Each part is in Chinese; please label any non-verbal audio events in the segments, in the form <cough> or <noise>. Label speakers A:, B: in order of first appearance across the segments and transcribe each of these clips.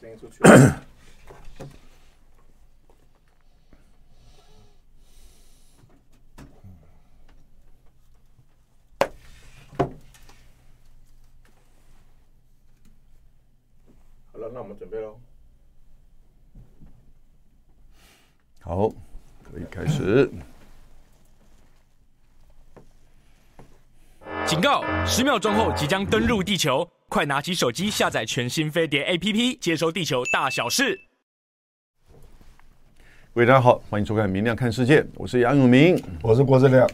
A: 那个足球。好了，那我们准备喽。
B: 好，可以开始。
C: 警告！十秒钟后即将登陆地球，快拿起手机下载全新飞碟 APP，接收地球大小事。
B: 各位大家好，欢迎收看《明亮看世界》，我是杨永明，
D: 我是郭志亮。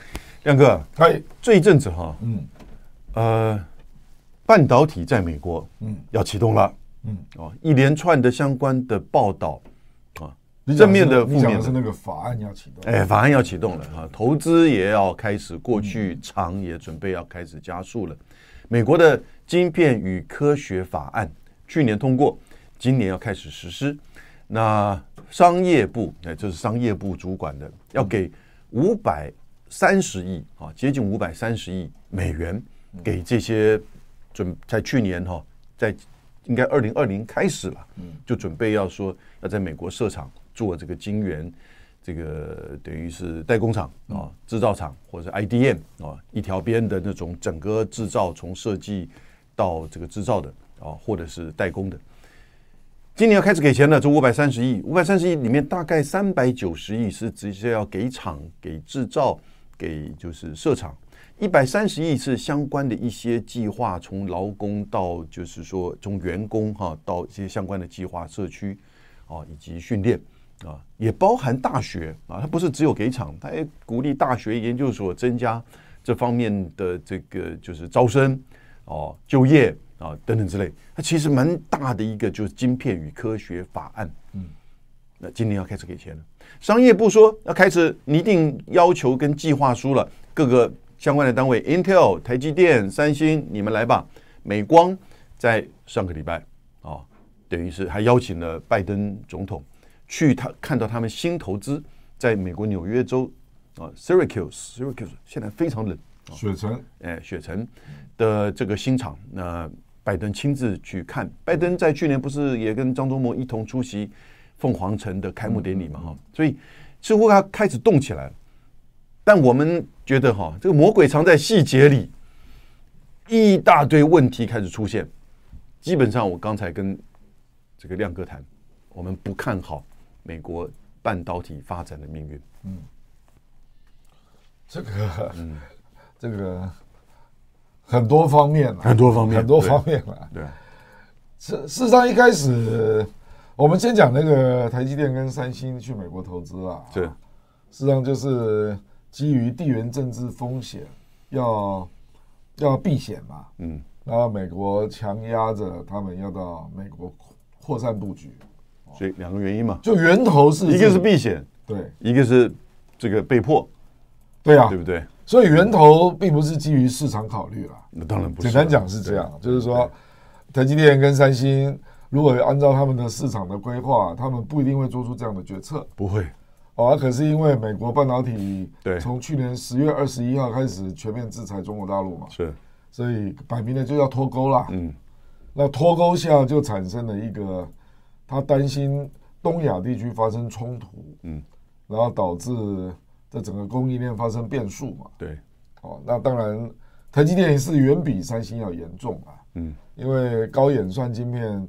B: 亮哥。
D: 嗨，
B: 这一阵子哈，嗯，呃，半导体在美国，嗯，要启动了，嗯，哦，一连串的相关的报道啊，
D: 你
B: 正
D: 讲
B: 面
D: 是
B: 的、
D: 你
B: 负
D: 讲
B: 面
D: 的是
B: 的，
D: 那个法案要启动，
B: 哎，法案要启动了啊，投资也要开始，过去长也准备要开始加速了。美国的晶片与科学法案去年通过，今年要开始实施。那商业部，哎，这是商业部主管的，要给五百三十亿啊，接近五百三十亿美元给这些准在去年哈、在应该二零二零开始了，就准备要说要在美国设厂做这个晶圆，这个等于是代工厂啊、制造厂或者 IDM 啊一条边的那种整个制造从设计到这个制造的啊，或者是代工的。今年要开始给钱了，这五百三十亿，五百三十亿里面大概三百九十亿是直接要给厂、给制造、给就是设厂，一百三十亿是相关的一些计划，从劳工到就是说从员工哈、到一些相关的计划、社区啊以及训练啊，也包含大学啊，它不是只有给厂，它也鼓励大学研究所增加这方面的这个就是招生哦、就业啊等等之类，它其实蛮大的一个就是晶片与科学法案。嗯，那今年要开始给钱了。商业部说要开始拟定要求跟计划书了，各个相关的单位，Intel、台积电、三星，你们来吧。美光在上个礼拜啊、等于是还邀请了拜登总统去他看到他们新投资在美国纽约州啊 Syracuse，Syracuse 现在非常冷，
D: 雪城
B: 呃雪城的这个新厂，那、拜登亲自去看。拜登在去年不是也跟张忠谋一同出席凤凰城的开幕典礼嘛？哈、所以似乎他开始动起来了。但我们觉得哈，这个魔鬼藏在细节里，一大堆问题开始出现。基本上，我刚才跟这个亮哥谈，我们不看好美国半导体发展的命运。
D: 这个，
B: 嗯
D: <laughs> 这个很多方面啊，
B: 很多方面
D: 很多方面了。
B: 对，啊
D: 事事实上，一开始我们先讲那个台积电跟三星去美国投资啊，
B: 是
D: 事实上就是基于地缘政治风险，要要避险嘛。
B: 嗯，
D: 然后美国强压着他们要到美国扩散布局，
B: 所以两个原因嘛，
D: 就源头是
B: 一个是避险，
D: 对
B: 一个是这个被迫，
D: 对啊
B: 对，不对？
D: 所以源头并不是基于市场考虑啦。
B: 那当然不是。啊
D: 简单讲是这样，就是说，台积电跟三星如果按照他们的市场的规划，他们不一定会做出这样的决策。
B: 不会，
D: 哦，啊可是因为美国半导体
B: 对
D: 从去年十月二十一号开始全面制裁中国大陆嘛，
B: 是
D: 所以摆明了就要脱钩啦。
B: 嗯，
D: 那脱钩下就产生了一个，他担心东亚地区发生冲突，
B: 嗯，
D: 然后导致这整个供应链发生变数嘛。
B: 对，
D: 哦，那当然，台积电是远比三星要严重啊。
B: 嗯，
D: 因为高演算晶片，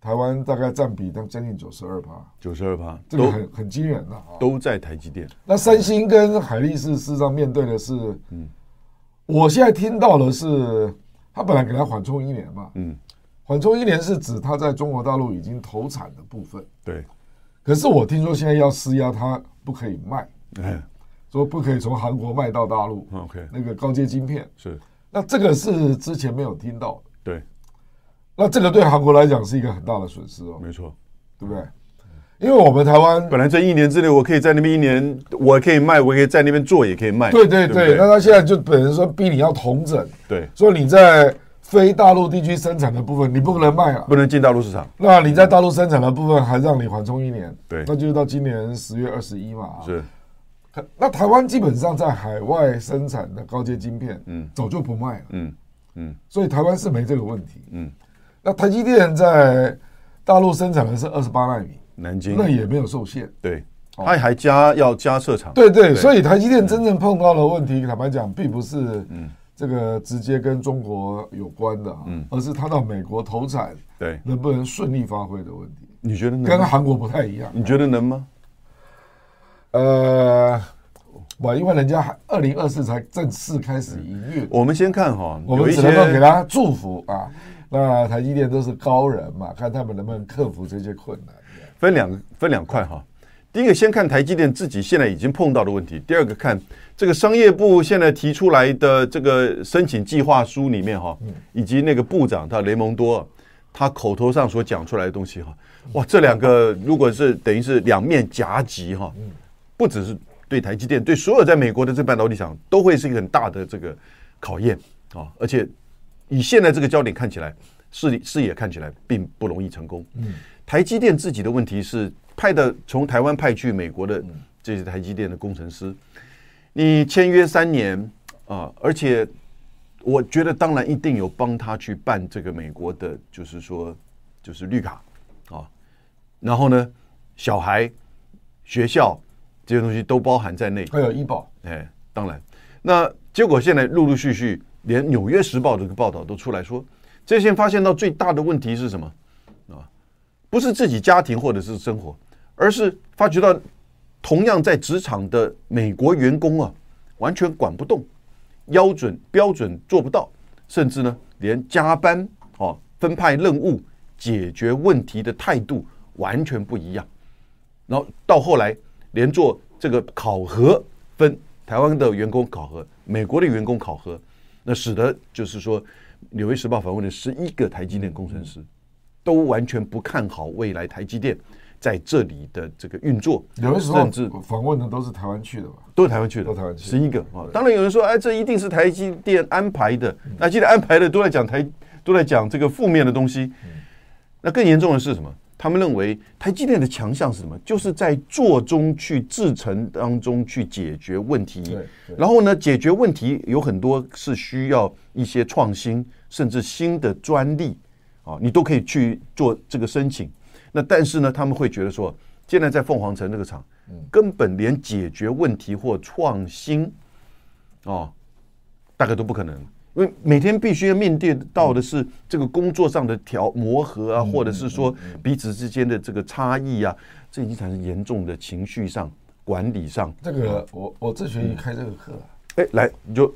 D: 台湾大概占比将将近九十二趴，
B: 九十二趴
D: 这个
B: 都
D: 很很惊人的啊。
B: 都在台积电，
D: 那三星跟海力士事实上面对的是，嗯，我现在听到的是，他本来给他缓冲一年嘛，
B: 嗯，
D: 缓冲一年是指他在中国大陆已经投产的部分，
B: 对，
D: 可是我听说现在要施压他不可以卖，
B: 哎
D: 说不可以从韩国卖到大陆
B: ，OK，
D: 那个高阶晶片。
B: 是
D: 那这个是之前没有听到的，
B: 对，
D: 那这个对韩国来讲是一个很大的损失哦，
B: 没错。
D: 对不对？因为我们台湾，
B: 本来在一年之内，我可以在那边一年，我可以卖，我可以在那边做，也可以卖。
D: 对对对，
B: 不
D: 那他现在就本人说逼你要同整，
B: 对，
D: 所以你在非大陆地区生产的部分你不能卖啊，
B: 不能进大陆市场，
D: 那你在大陆生产的部分还让你缓冲一年，
B: 对
D: 那就是到今年十月二十一嘛、啊。
B: 是
D: 可，那台湾基本上在海外生产的高阶晶片，
B: 嗯
D: 嗯，早就不卖了，
B: 嗯
D: 嗯嗯，所以台湾是没这个问题，
B: 嗯
D: 嗯。那台积电在大陆生产的是二十八纳米，
B: 南京
D: 那也没有受限。
B: 对，它还加要加设厂，
D: 对对，所以台积电真正碰到的问题，坦白讲，并不是这个直接跟中国有关的啊，而是它到美国投产
B: 对，
D: 能不能顺利发挥的问题，
B: 你觉得能
D: 跟啊
B: 吗？
D: 韩国不太一样。
B: 你觉得能吗？
D: 呃，哇，因为人家二零二四才正式开始营运，
B: 我们先看哈，
D: 我
B: 有
D: 们
B: 一
D: 只能够给
B: 些
D: 他祝福啊。那台积电都是高人嘛，看他们能不能克服这些困难。
B: 分两分两块哈。第一个先看台积电自己现在已经碰到的问题，第二个看这个商业部现在提出来的这个申请计划书里面哈，以及那个部长他雷蒙多他口头上所讲出来的东西哈，哇，这两个如果是等于是两面夹击哈，不只是对台积电，对所有在美国的这半导体厂都会是一个很大的这个考验啊！而且以现在这个焦点看起来，视视野看起来并不容易成功。嗯，台积电自己的问题是派的从台湾派去美国的这些台积电的工程师，你签约三年啊，而且我觉得当然一定有帮他去办这个美国的，就是说就是绿卡啊，然后呢，小孩、学校这些东西都包含在内。
D: 还有医保，
B: 哎，当然，那结果现在陆陆续续，连《纽约时报》这个报道都出来说，这些人发现到最大的问题是什么？啊，不是自己家庭或者是生活，而是发觉到同样在职场的美国员工啊，完全管不动，标准标准做不到，甚至呢，连加班哦、分派任务、解决问题的态度完全不一样。然后到后来连做这个考核分台湾的员工考核、美国的员工考核，那使得就是说，《纽约时报》访问的十一个台积电工程师，都完全不看好未来台积电在这里的这个运作，
D: 有的时候
B: 甚至
D: 访问的都是台湾去的吧？
B: 都是台湾去的，
D: 都台湾去嗯
B: 十一个啊。当然有人说，哎，这一定是台积电安排的。
D: 嗯
B: 那既然安排的都在讲台，都在讲这个负面的东西，那更严重的是什么？他们认为台积电的强项是什么？就是在做中去制成当中去解决问题
D: 对，对
B: 然后呢，解决问题有很多是需要一些创新，甚至新的专利啊，你都可以去做这个申请。那但是呢，他们会觉得说，现在在凤凰城那个厂，
D: 嗯
B: 根本连解决问题或创新，哦，大概都不可能，因为每天必须要面对到的是这个工作上的调磨合啊，或者是说彼此之间的这个差异啊，这已经产生严重的情绪上、管理上。
D: 这个我我这学期开这个课啊，
B: 哎，来你就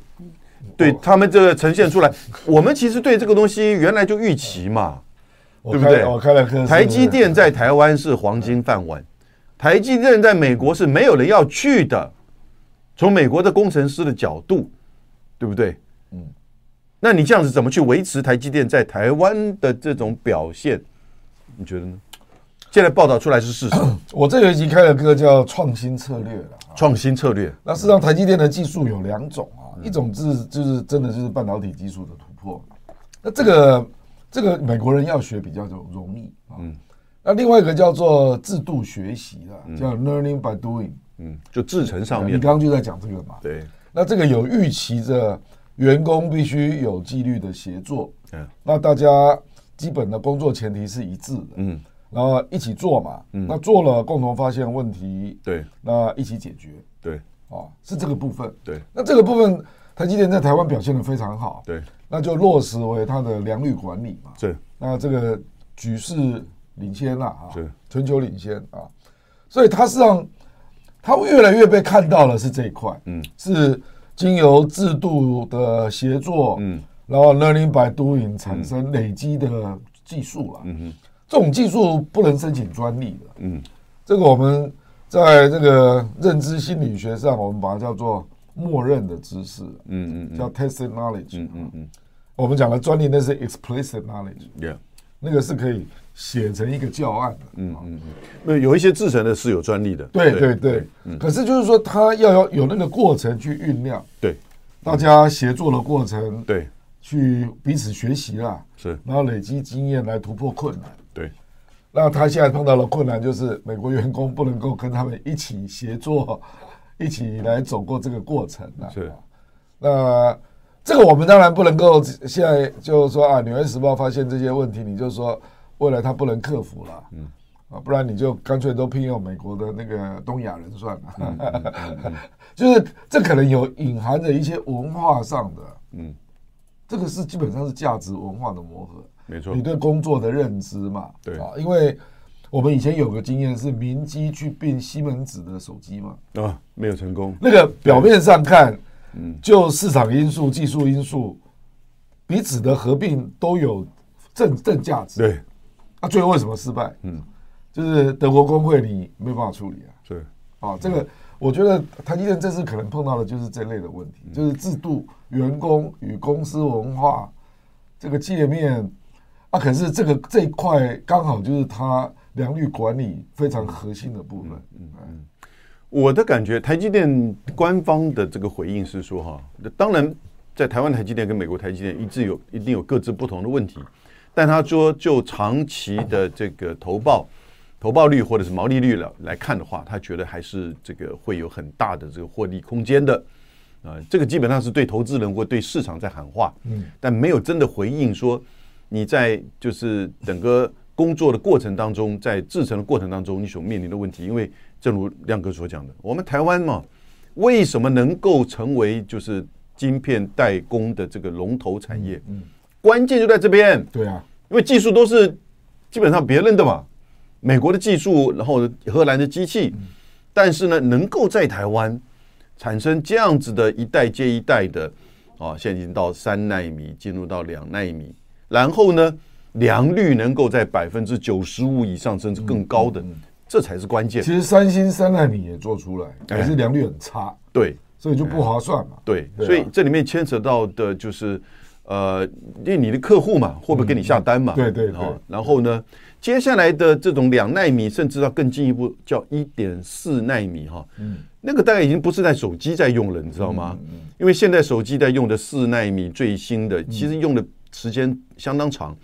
B: 对他们这个呈现出来，我们其实对这个东西原来就预期嘛。
D: 我
B: 对
D: 开
B: 不对
D: 我开了课是，
B: 台积电在台湾是黄金饭碗，台积电在美国是没有人要去的。从美国的工程师的角度，对不对？嗯，那你这样子怎么去维持台积电在台湾的这种表现？你觉得呢？现在报道出来是 <coughs> 事实，
D: 我这学期开了课叫创新策略了啊。
B: 创新策略
D: 那事实上，台积电的技术有两种啊，一种是就是真的就是半导体技术的突破，那这个这个美国人要学比较容容易啊。那另外一个叫做制度学习的，叫 learning by doing。
B: 嗯，就制程上
D: 你
B: 面，
D: 刚刚就在讲这个嘛。
B: 对，
D: 那这个有预期着员工必须有纪律的协作，
B: 嗯
D: 那大家基本的工作前提是一致的，
B: 嗯，
D: 然后一起做嘛，那做了共同发现问题，
B: 对
D: 那一起解决，
B: 对
D: 哦，是这个部分。
B: 对
D: 那这个部分，台积电在台湾表现的非常好，，
B: 对
D: 那就落实为它的良率管理嘛，
B: 对，
D: 那这个局势领先了啊，
B: 是
D: 全球领先啊，所以它实际上它越来越被看到了是这一块，嗯，是经由制度的协作，嗯，然后 learning by doing 产生累积的技术了，嗯这种技术不能申请专利的，
B: 嗯，
D: 这个我们在这个认知心理学上，我们把它叫做默认的知识，
B: 嗯嗯
D: 叫 tacit knowledge，嗯
B: 嗯
D: 嗯嗯，我们讲的专利那是 explicit knowledge。
B: ，Yeah。
D: 那个是可以写成一个教案的。嗯嗯，
B: 那有一些制程的是有专利的，
D: 对对对。嗯可是就是说，他要有有那个过程去酝酿，
B: 对
D: 大家协作的过程，，
B: 对
D: 去彼此学习啦，
B: 是
D: 然后累积经验来突破困难。
B: 对
D: 那他现在碰到的困难就是，美国员工不能够跟他们一起协作，一起来走过这个过程啊。
B: 是
D: 那这个我们当然不能够现在就是说啊，《纽约时报》发现这些问题，你就说未来它不能克服了。嗯。啊，不然你就干脆都聘用美国的那个东亚人算了， <laughs> 就是这可能有隐含着一些文化上的，嗯，这个是基本上是价值文化的磨合，
B: 没错
D: 你对工作的认知嘛，
B: 对
D: 啊，因为我们以前有个经验是明基去并西门子的手机嘛，
B: 啊，没有成功。
D: 那个表面上看，就市场因素、技术因素，彼此的合并都有正正价值，
B: 对，
D: 那、最后为什么失败？嗯，就是德国工会你没有办法处理啊。
B: 是，
D: 啊，这个我觉得台积电这次可能碰到的就是这类的问题，就是制度、员工与公司文化这个界面啊，可是这个这一块刚好就是它良率管理非常核心的部分。嗯嗯，
B: 我的感觉，台积电官方的这个回应是说，哈，当然在台湾台积电跟美国台积电一致有一定有各自不同的问题，但他说就长期的这个投报、投报率或者是毛利率了来看的话，他觉得还是这个会有很大的这个获利空间的。啊、这个基本上是对投资人或对市场在喊话，嗯，但没有真的回应说你在就是整个工作的过程当中，在制成的过程当中你所面临的问题，因为正如亮哥所讲的，我们台湾嘛，为什么能够成为就是晶片代工的这个龙头产业？嗯，关键就在这边，
D: 对啊，
B: 因为技术都是基本上别人的嘛，美国的技术，然后荷兰的机器，但是呢，能够在台湾产生这样子的一代接一代的，啊，现在已经到三纳米，进入到两纳米，然后呢，良率能够在百分之九十五以上甚至更高的，这才是关键
D: 嗯其。实三星三纳米也做出来，可是良率很差，
B: 对，
D: 所以就不划算嘛。
B: 对，
D: 对啊
B: 所以这里面牵扯到的就是，呃，因为你的客户嘛，会不会给你下单嘛？
D: 嗯对对对
B: 哦然后呢，接下来的这种两纳米，甚至到更进一步叫一点四纳米哈，那个大概已经不是在手机在用了，你知道吗？因为现在手机在用的四纳米最新的，其实用的时间相当长。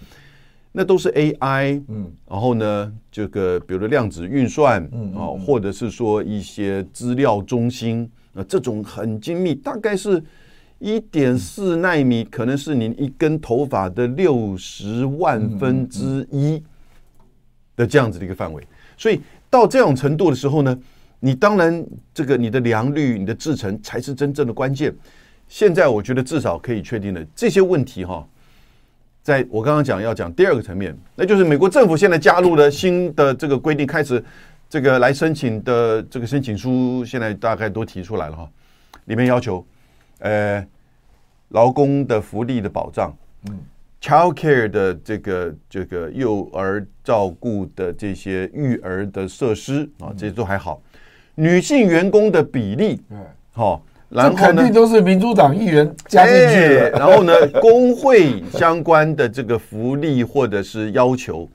B: 那都是 AI，嗯，然后呢，这个比如说量子运算，嗯啊，或者是说一些资料中心，啊，这种很精密，大概是一点四纳米，可能是您一根头发的六十万分之一的这样子的一个范围。所以到这种程度的时候呢，你当然这个你的良率、你的制程才是真正的关键。现在我觉得至少可以确定的这些问题哈、在我刚刚讲要讲第二个层面，那就是美国政府现在加入了新的这个规定，开始这个来申请的这个申请书，现在大概都提出来了哈，里面要求，呃，劳工的福利的保障，child
D: 嗯
B: care 的这个这个幼儿照顾的这些育儿的设施啊，这些都还好，女性员工的比例，
D: 对，
B: 好、
D: 这
B: 然后
D: 肯
B: 呢
D: 定，都是民主党议员加进去
B: 哎
D: 的。
B: 然后呢， <laughs> 工会相关的这个福利或者是要求，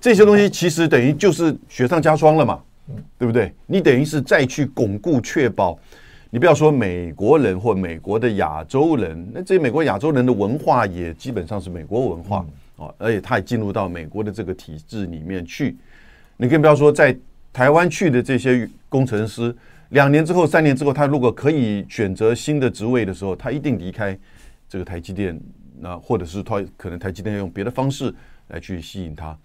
B: 这些东西其实等于就是雪上加霜了嘛，对不对？你等于是再去巩固确保。你不要说美国人或美国的亚洲人，那这些美国亚洲人的文化也基本上是美国文
D: 嗯
B: 化哦，而且他也进入到美国的这个体制里面去。你更不要说在台湾去的这些工程师，两年之后、三年之后，他如果可以选择新的职位的时候，他一定离开这个台积电，那或者是他可能台积电要用别的方式来去吸引他。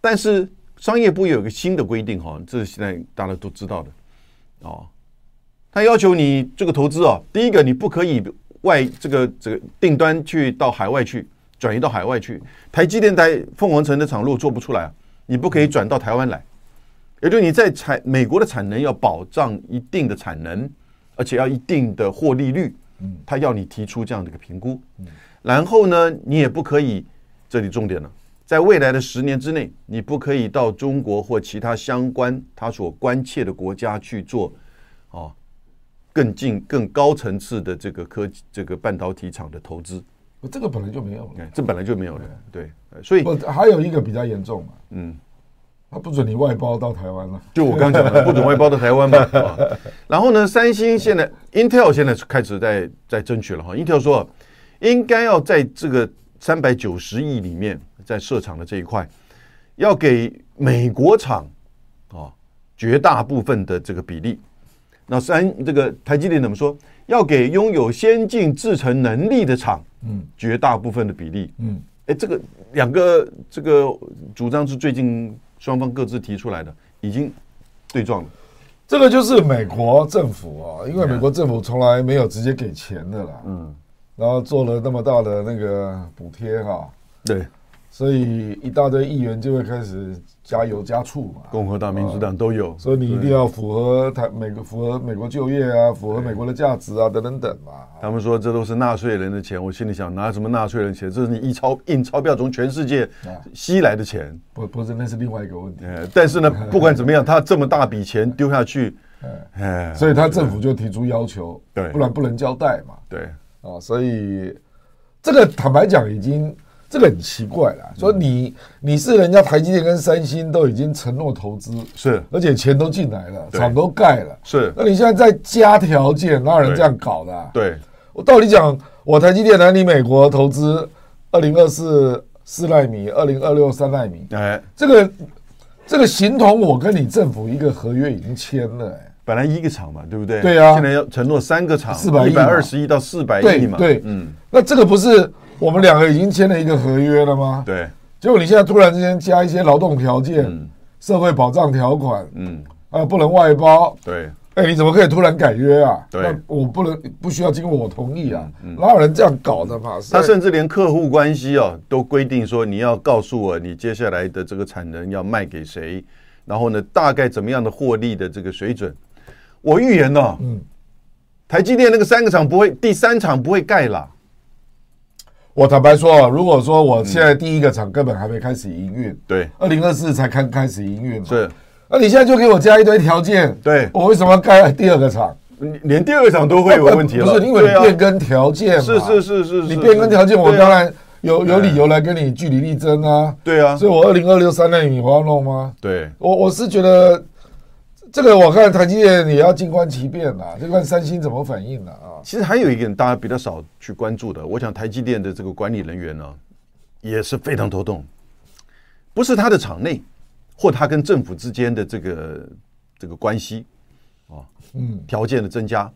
B: 但是商业部有一个新的规定哈、这是现在大家都知道的哦。他要求你这个投资哦，第一个你不可以外这个这个订单去到海外去转移到海外去。台积电在凤凰城的厂如果做不出来啊，你不可以转到台湾来，也就是你在产美国的产能要保障一定的产能，而且要一定的获利率。他要你提出这样的一个评估，然后呢，你也不可以，这里重点了，在未来的十年之内，你不可以到中国或其他相关他所关切的国家去做，哦，更进更高层次的这个科技这个半导体厂的投资，
D: 这个本来就没有了。
B: 哎这本来就没有的，对，呃所以
D: 不，还有一个比较严重嘛，嗯，他不准你外包到台湾了，
B: 就我刚讲的，不准外包到台湾嘛。 <laughs> 啊然后呢，三星现在、Intel 现在开始在在争取了哈。Intel 说，应该要在这个三百九十亿里面，在设厂的这一块，要给美国厂啊绝大部分的这个比例。那三这个台积电怎么说？要给拥有先进制程能力的厂，嗯，绝大部分的比例，
D: 嗯，
B: 哎，这个两个这个主张是最近双方各自提出来的，已经对撞了。
D: 这个就是美国政府啊，因为美国政府从来没有直接给钱的啦，嗯，然后做了那么大的那个补贴哈、
B: 对，
D: 所以一大堆议员就会开始加油加醋嘛，
B: 共和党、民主党都有。
D: 哦所以你一定要符合台美国符合美国就业啊，符合美国的价值啊，等等等嘛。
B: 他们说这都是纳税人的钱，我心里想，哪有什么纳税人钱？这是你一钞印钞票从全世界
D: 啊
B: 吸来的钱。
D: 不，不是，那是另外一个问题。
B: 呃，但是呢，不管怎么样，他这么大笔钱丢下去，哎，
D: 所以他政府就提出要求，
B: 对
D: 不然不能交代嘛。
B: 对，
D: 啊，所以这个坦白讲，已经这个很奇怪了。
B: 嗯
D: 说你你是人家台积电跟三星都已经承诺投资，
B: 是
D: 而且钱都进来了，
B: 对
D: 厂都盖了，
B: 是
D: 那你现在再加条件，哪有人这样搞的、啊？，
B: 对，
D: 我道理讲，我台积电来你美国投资，二零二四四纳米，二零二六三纳米，
B: 哎，
D: 这个这个形同我跟你政府一个合约已经签了、哎
B: 本来一个厂嘛，对不对？
D: 对啊
B: 现在要承诺三个厂，
D: 400亿
B: 一百二十亿到四百亿
D: 对
B: 嘛。
D: 对，
B: 嗯，
D: 那这个不是我们两个已经签了一个合约了吗？
B: 对，
D: 结果你现在突然之间加一些劳动条件、社会保障条款，
B: 嗯，
D: 啊，不能外包，
B: 对，
D: 哎，你怎么可以突然改约啊？
B: 对嗯
D: 那我不能不需要经过我同意啊，哪有人这样搞的嘛？
B: 他
D: 所以
B: 甚至连客户关系哦都规定说，你要告诉我你接下来的这个产能要卖给谁，然后呢，大概怎么样的获利的这个水准。我预言呢、哦
D: 嗯
B: 台积电那个三个厂不会，第三厂不会盖啦。
D: 我坦白说啊，如果说我现在第一个厂根本还没开始营运，
B: 嗯对，
D: 二零二四才刚开始营运嘛，
B: 是
D: 那你现在就给我加一堆条件，
B: 对
D: 我为什么要盖第二个厂？
B: 你连第二厂都会有问题了。
D: <laughs> 不是因为
B: 对
D: 你
B: 啊
D: 变更条件嘛，
B: 是是是是，
D: 你
B: 是
D: 变更条件，我
B: 对啊
D: 当然有有理由来跟你据理力争啊。
B: 对啊
D: 所以我二零二六三纳米我要弄吗？
B: 对
D: 我我是觉得这个，我看台积电也要静观其变啦，就看三星怎么反应了啊。
B: 其实还有一个大家比较少去关注的，我想台积电的这个管理人员呢，也是非常头痛，不是他的厂内或他跟政府之间的这个这个关系啊，嗯，条件的增加，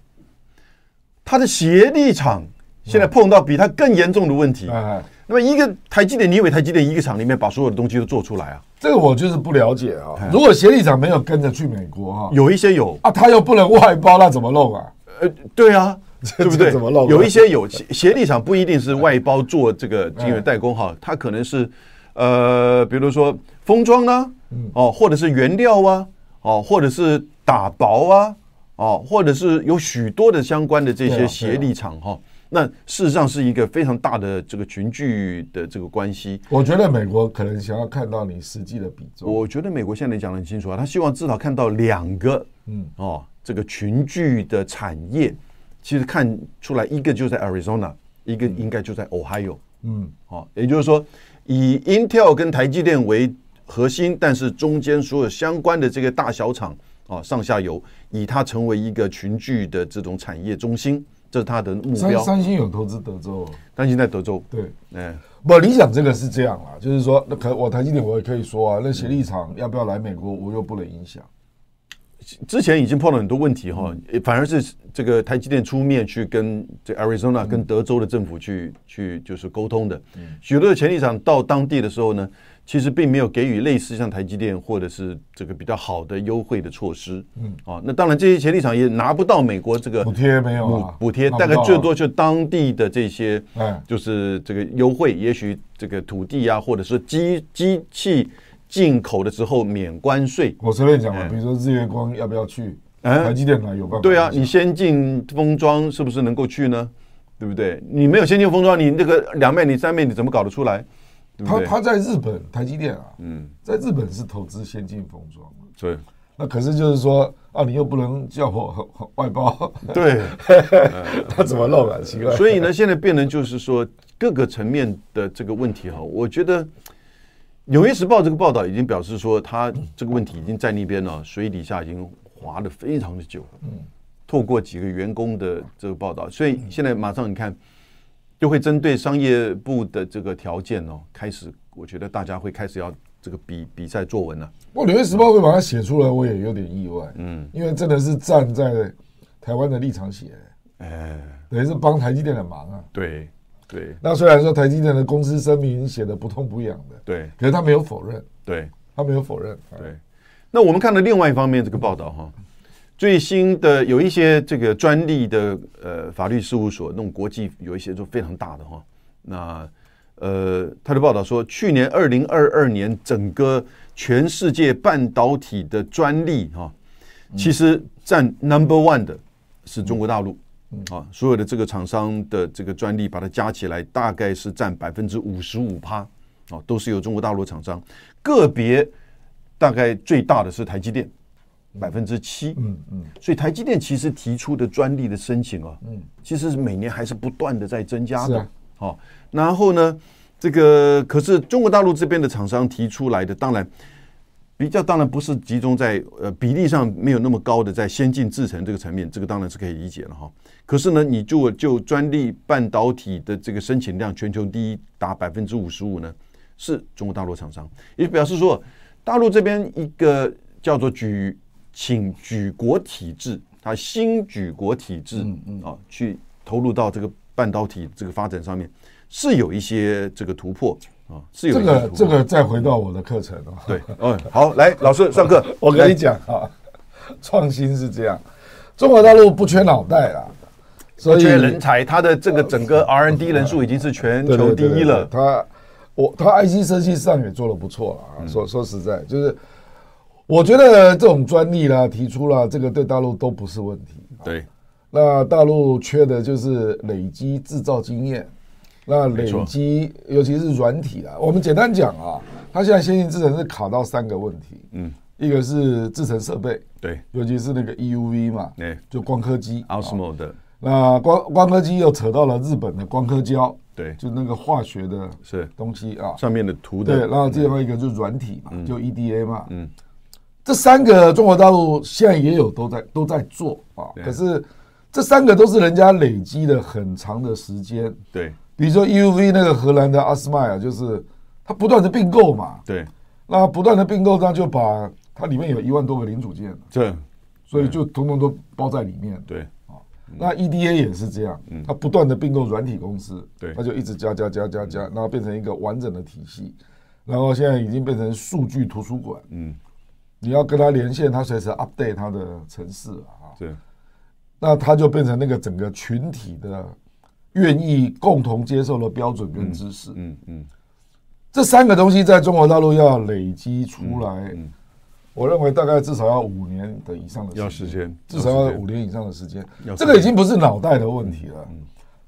B: 他的协力厂现在碰到比他更严重的问题。
D: 哎，
B: 那么一个台积电，你以为台积电一个厂里面把所有的东西都做出来啊？
D: 这个我就是不了解啊。
B: 哎
D: 如果协力厂没有跟着去美国哈、
B: 有一些有，
D: 啊，他又不能外包，那怎么弄啊？
B: 呃，对啊，对不对？
D: <laughs> 这怎么漏
B: 有一些有 <laughs> 协协力厂不一定是外包做这个晶圆代工
D: 嗯
B: 哈，它可能是呃，比如说封装啦、
D: 嗯
B: 哦，或者是原料啊，哦，或者是打薄啊，哦，或者是有许多的相关的这
D: 对
B: 些
D: 啊
B: 协力厂哈。那事实上是一个非常大的这个群聚的这个关系。
D: 我觉得美国可能想要看到你实际的比重。
B: 我觉得美国现在讲得很清楚啊，他希望至少看到两个，嗯，哦，这个群聚的产业，其实看出来一个就在 Arizona，一个应该就在 Ohio，
D: 嗯，
B: 哦，也就是说以 Intel 跟台积电为核心，但是中间所有相关的这个大小厂啊，上下游，以它成为一个群聚的这种产业中心，这是它的目
D: 三
B: 标。
D: 三星有投资德州哦，
B: 但现在德州，
D: 对。
B: 哎，
D: 不，理想这个是这样啦，就是说，那可我台积电我也可以说啊，那协力厂要不要来美国，我又不能影响。
B: 之前已经碰到很多问题哈，
D: 嗯
B: 也反而是这个台积电出面去跟这
D: 嗯
B: Arizona 跟德州的政府去去就是沟通的。许多的潜力厂到当地的时候呢，其实并没有给予类似像台积电或者是这个比较好的优惠的措施。嗯，啊，那当然这些潜力厂也拿不到美国这个
D: 补贴没有
B: 补
D: 啊
B: 补贴，
D: 拿不
B: 大概
D: 到啊
B: 最多就当地的这些
D: 哎，
B: 就是这个优惠，也许这个土地啊，或者是机机器进口的时候免关税。
D: 我随便讲嘛，比如说日月光要不要去，
B: 哎
D: 台积电来有办法。
B: 对啊，你先进封装是不是能够去呢？对不对？你没有先进封装，你那个两妹、你三妹，你怎么搞得出来？对不
D: 他
B: 对？
D: 他在日本台积电啊，嗯，在日本是投资先进封装嘛，
B: 对
D: 那可是就是说啊，你又不能叫我外包，
B: 嗯
D: <laughs>
B: 对，
D: 他怎么弄啊？奇怪。
B: <laughs> 所以呢，现在变成就是说各个层面的这个问题哈，我觉得《纽约时报》这个报道已经表示说，他这个问题已经在那边呢、水底下已经滑得非常的久。嗯，透过几个员工的这个报道，所以现在马上你看，就会针对商业部的这个条件哦，开始我觉得大家会开始要这个比比赛作文了、
D: 我《纽约时报》会把它写出来，我也有点意外，嗯，因为真的是站在台湾的立场写，哎，等于是帮台积电的忙啊。
B: 对，对
D: 那虽然说台积电的公司声明写的不痛不痒的，
B: 对
D: 可是他没有否认，
B: 对
D: 他没有否认。啊
B: 对。那我们看到另外一方面这个报道哈，最新的有一些这个专利的呃法律事务所，那种国际有一些就非常大的哈。那呃，他的报道说，去年二零二二年整个全世界半导体的专利哈，其实占 number one 的是中国大陆。啊，所有的这个厂商的这个专利，把它加起来大概是占百分之五十五趴，哦，都是由中国大陆厂商，个别大概最大的是台积电，百分之七，嗯嗯，所以台积电其实提出的专利的申请啊，嗯，其实是每年还是不断的在增加
D: 是
B: 的
D: 啊，
B: 好、然后呢，这个可是中国大陆这边的厂商提出来的，当然。比较当然不是集中在呃比例上没有那么高的在先进制程这个层面，这个当然是可以理解了哈。可是呢，你就就专利半导体的这个申请量全球第一达百分之五十五呢，是中国大陆厂商，也表示说大陆这边一个叫做举请举国体制，它新举国体制啊去投入到这个半导体这个发展上面，是有一些这个突破啊，是有
D: 这
B: 一些
D: 个
B: 突破
D: 这个再回到我的课程哦，
B: <laughs> 对，哦，好，来，老师上课，
D: <laughs> 我跟你讲啊，创新是这样，中国大陆不缺脑袋啦，所
B: 来，
D: 以
B: 缺人才，他的这个整个 R N D 人数已经是全
D: 对对
B: 球第
D: 对对
B: 一了
D: 对，他我他 IC 设计上也做的不错
B: 嗯
D: 了啊。说说实在，就是我觉得这种专利啦、提出啦，这个对大陆都不是问题。
B: 对，
D: 那大陆缺的就是累积制造经验，那累积尤其是软体啊。我们简单讲啊，它现在先进制程是卡到三个问题，嗯，一个是制程设备，
B: 对
D: 尤其是那个 EUV 嘛，
B: 对啊
D: 就光刻机
B: ，Osmo 的，
D: 那光光刻机又扯到了日本的光刻胶，
B: 对
D: 就那个化学的
B: 是
D: 东西啊。
B: 上面的图
D: 对，
B: 的
D: 然，后另外一个就是软体嘛，就 EDA 嘛。嗯，这三个中国大陆现在也有都在都在做啊，可是这三个都是人家累积了很长的时间。
B: 对
D: 比如说 EUV 那个荷兰的阿斯麦啊，就是它不断的并购嘛，
B: 对，
D: 那不断的并购，它就把它里面有一万多个零组件，
B: 这
D: 所以就统统都包在里面。
B: 对
D: 嗯那 EDA 也是这样，它不断的并购软体公司，
B: 嗯对嗯
D: 它就一直加加加加加，然后变成一个完整的体系，然后现在已经变成数据图书馆，嗯，你要跟它连线，它随时 update 它的城市啊，
B: 这
D: 那它就变成那个整个群体的愿意共同接受的标准跟知识，
B: 嗯嗯，
D: 这三个东西在中国大陆要累积出
B: 嗯
D: 来，我认为大概至少要五年的以上的
B: 要
D: 时
B: 时间，
D: 至少要
B: 时间
D: 五年以上的时间
B: 要。嗯
D: 这个已经不是脑袋的问题了。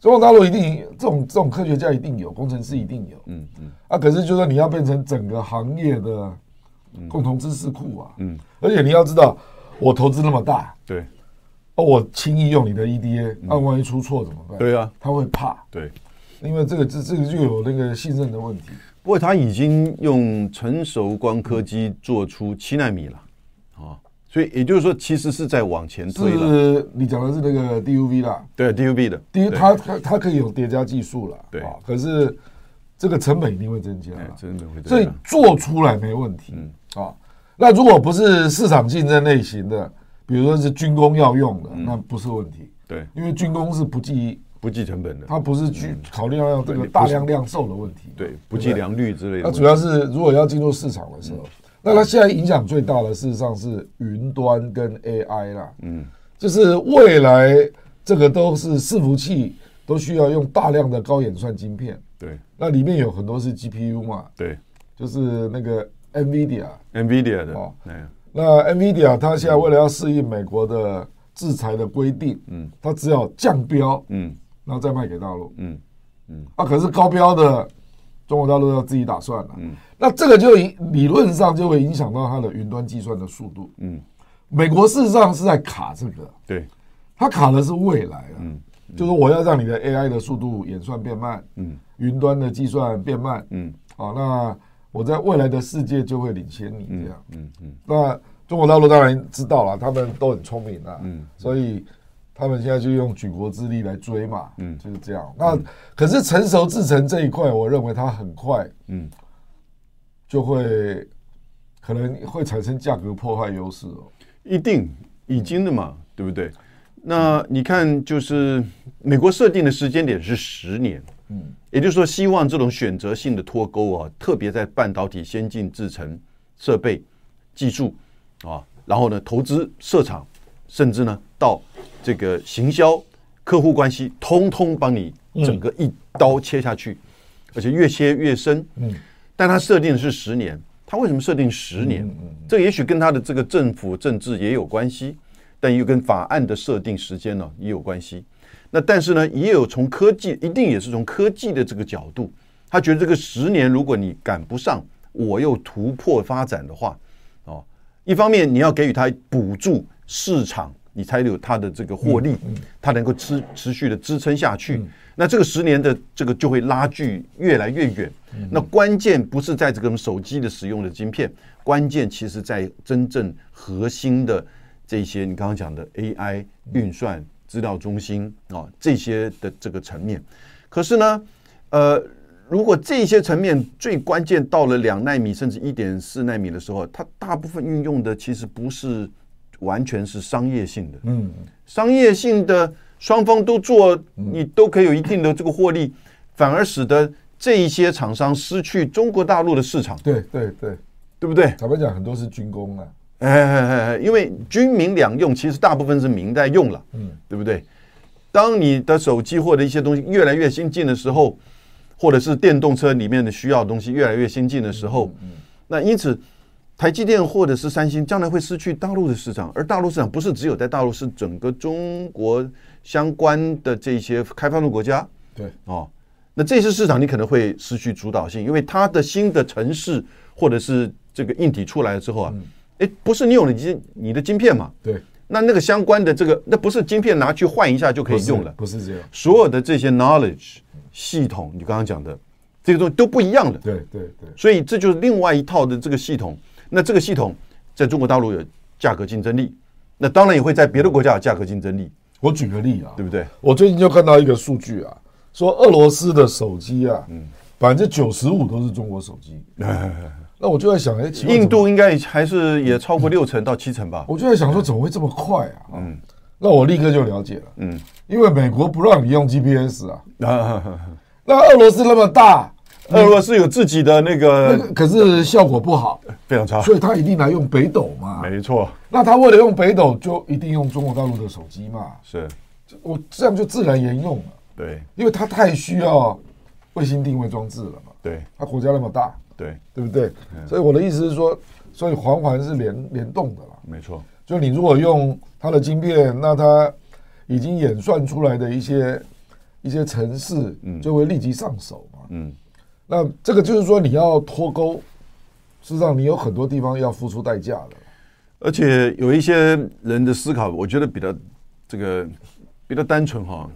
D: 中国大陆一定这种这种科学家一定有，工程师一定有。嗯嗯。啊，可是就是说你要变成整个行业的
B: 嗯
D: 共同知识库啊。嗯。而且你要知道，我投资那么大，
B: 对
D: 哦，我轻易用你的 E EDA，那、啊万一出错怎么
B: 嗯
D: 办？
B: 对啊
D: 他会怕，
B: 对。
D: 因为这个这这个就有那个信任的问题。
B: 不过他已经用成熟光刻机做出七纳米了，啊，所以也就是说，其实是在往前推了。
D: 是你讲的是那个 DUV 啦，
B: 对 DUV 的，
D: 第一，
B: 对
D: 它它它可以有叠加技术了，
B: 对
D: 啊可是这个成本一定会增加
B: 哎
D: 啦，
B: 真的会
D: 所
B: 这
D: 以
B: 样。
D: 做出来没问题，
B: 嗯
D: 啊，那如果不是市场竞争类型的，比如说是军工要用的，
B: 嗯
D: 那不是问题，
B: 对，
D: 因为军工是不计，
B: 不计成本的，
D: 它不是去
B: 嗯
D: 考虑到这个大量量售的问题，
B: 对，不计良率之类的
D: 那
B: 问题。嗯
D: 主要是如果要进入市场的时候，那它现在影响最大的事实上是云端跟 AI 啦，嗯，就是未来这个都是伺服器都需要用大量的高演算晶片，
B: 对
D: 那里面有很多是 GPU 嘛，
B: 对
D: 就是那个 NVIDIA，
B: ，NVIDIA
D: 哦
B: 的，哎，
D: 那 NVIDIA 它现在为了要适应美国的制裁的规定，嗯，它只好降标，
B: 嗯
D: 然后再卖给大陆，
B: 嗯
D: 啊，可是高标的中国大陆要自己打算了。
B: 嗯
D: 那这个就影理论上就会影响到它的云端计算的速度。
B: 嗯
D: 美国事实上是在卡这个，
B: 对
D: 它卡的是未来啊，就是我要让你的 AI 的速度演算变慢，嗯，云端的计算变慢，嗯，好，那我在未来的世界就会领先你这样，嗯嗯。那中国大陆当然知道了，他们都很聪明啊，嗯，所以他们现在就用举国之力来追嘛，嗯，就是这样。那可是成熟制成这一块，我认为它很快，嗯
B: 嗯，
D: 就会可能会产生价格破坏优势哦。
B: 一定已经的嘛，对不对？那你看，就是美国设定的时间点是十年，嗯，也就是说，希望这种选择性的脱钩啊，特别在半导体先进制程、设备、技术啊，然后呢，投资设厂，甚至呢，到这个行销、客户关系，通通帮你整个一刀切下去，而且越切越深。嗯，但它设定的是十年，它为什么设定十年？这也许跟它的这个政府政治也有关系，但又跟法案的设定时间呢、也有关系。那但是呢，也有从科技，一定也是从科技的这个角度，他觉得这个十年，如果你赶不上，我又突破发展的话，哦，一方面你要给予他补助市场，你才有它的这个获利，它能够持持续的支撑下去。那这个十年的这个就会拉距越来越远。那关键不是在这个手机的使用的晶片，关键其实在真正核心的这些你刚刚讲的 AI 运算。资料中心啊、这些的这个层面。可是呢，呃，如果这些层面最关键到了两纳米甚至一点四纳米的时候，它大部分运用的其实不是完全是商业性的，嗯，商业性的双方都做，你都可以有一定的这个获利，反而使得这一些厂商失去中国大陆的市场，
D: 对对对，
B: 对不对？
D: 坦白讲，很多是军工啊，
B: 哎哎哎哎，因为军民两用，其实大部分是民在用了，嗯，对不对？当你的手机或者一些东西越来越新进的时候，或者是电动车里面的需要的东西越来越新进的时候，那因此，台积电或者是三星将来会失去大陆的市场，而大陆市场不是只有在大陆，是整个中国相关的这些开发中国家，
D: 对，
B: 哦，那这些市场你可能会失去主导性，因为它的新的城市或者是这个硬体出来了之后
D: 嗯
B: 啊，哎、不是你有了晶你的晶片嘛？
D: 对，
B: 那那个相关的这个，那不是晶片拿去换一下就可
D: 不
B: 以
D: 是
B: 用了，
D: 不是这样，
B: 所有的这些 knowledge 系统，你刚刚讲的这些东西都不一样的，
D: 对对对，
B: 所以这就是另外一套的这个系统。那这个系统在中国大陆有价格竞争力，那当然也会在别的国家有价格竞争力，
D: 我举个例啊，
B: 对不对？
D: 我最近就看到一个数据啊，说俄罗斯的手机啊，
B: 嗯
D: 百分之九十五都是中国手
B: <laughs>
D: 机。那我就在想，哎，奇怪
B: 印，度应该还是也超过六成到七成吧
D: 怎么。我就在想说，怎么会这么快啊？嗯，那我立刻就了解了，嗯，因为美国不让你用 GPS <laughs> 啊，那俄罗斯那么大，
B: 俄罗斯有自己的那
D: 那
B: 个
D: 个可是效果不好，
B: 非常差，
D: 所以他一定来用北斗嘛。
B: 啊没错，
D: 那他为了用北斗，就一定用中国大陆的手机嘛，
B: 是
D: 我这样就自然沿用了，
B: 对
D: 因为他太需要卫星定位装置了嘛，
B: 对
D: 他国家那么大。
B: 对，
D: 对不对？所以我的意思是说，所以环环是联联动的啦。
B: 没错，
D: 就你如果用它的晶片，那它已经演算出来的一些一些程式，就会立即上手嘛。
B: 嗯，
D: 那这个就是说你要脱钩，事实上你有很多地方要付出代价的。
B: 而且有一些人的思考，我觉得比较这个比较单纯哈。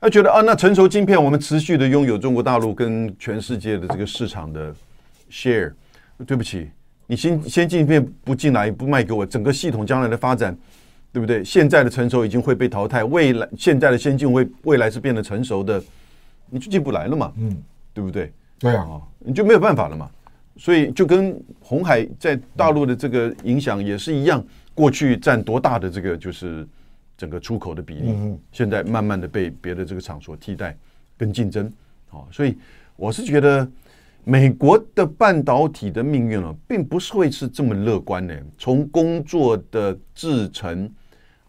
B: 他觉得啊，那成熟晶片我们持续的拥有中国大陆跟全世界的这个市场的 share。对不起，你先先进片不进来不卖给我，整个系统将来的发展，对不对？现在的成熟已经会被淘汰，未来现在的先进会未来是变得成熟的，你就进不来了嘛，嗯，对不对？
D: 对啊，
B: 啊，你就没有办法了嘛。所以就跟红海在大陆的这个影响也是一样，过去占多大的这个就是整个出口的比例，
D: 嗯
B: 现在慢慢的被别的这个厂所替代跟竞争。好、所以我是觉得美国的半导体的命运啊，并不是会是这么乐观的。从工作的制成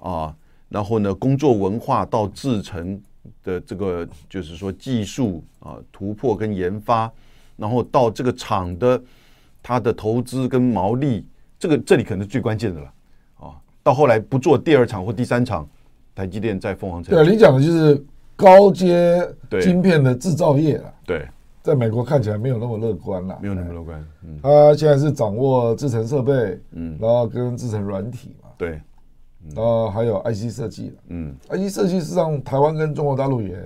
B: 啊，然后呢，工作文化到制成的这个就是说技术啊突破跟研发，然后到这个厂的它的投资跟毛利，这个这里可能是最关键的了啊。到后来不做第二场或第三场，台积电在凤凰城
D: 对啊，你讲的就是高阶
B: 对
D: 晶片的制造业啊了，
B: 对，
D: 在美国看起来没有那么乐观啦。
B: 没有那么乐观，嗯，
D: 它现在是掌握制程设备，嗯，然后跟制程软体嘛。
B: 对，
D: 然后还有 IC 设计了，
B: 嗯，
D: ，IC 设计实际上台湾跟中国大陆也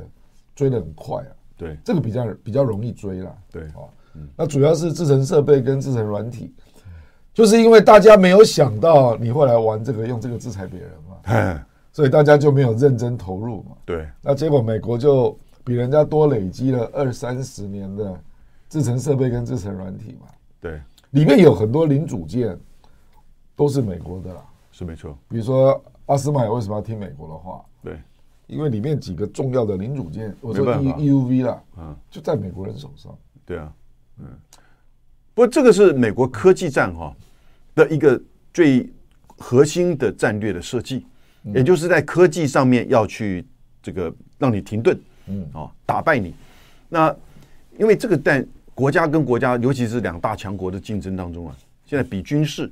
D: 追得很快啊，
B: <laughs> 对，
D: 这个比较比较容易追啦，
B: 对嗯
D: 哦，那主要是制程设备跟制程软体，就是因为大家没有想到你会来玩这个，用这个制裁别人嘛，所以大家就没有认真投入嘛，
B: 对，
D: 那结果美国就比人家多累积了二三十年的制程设备跟制程软体嘛，
B: 对，
D: 里面有很多零组件都是美国的啦，
B: 是没错，
D: 比如说阿斯麦为什么要听美国的话？
B: 对，
D: 因为里面几个重要的零组件，我说
B: 没办
D: E
B: 法
D: EUV 啦，
B: 嗯
D: 就在美国人手上。
B: 对啊，嗯，不过这个是美国科技战哈、的一个最核心的战略的设计，也就是在科技上面要去这个让你停顿，嗯，哦，打败你。那因为这个在国家跟国家，尤其是两大强国的竞争当中啊，现在比军事、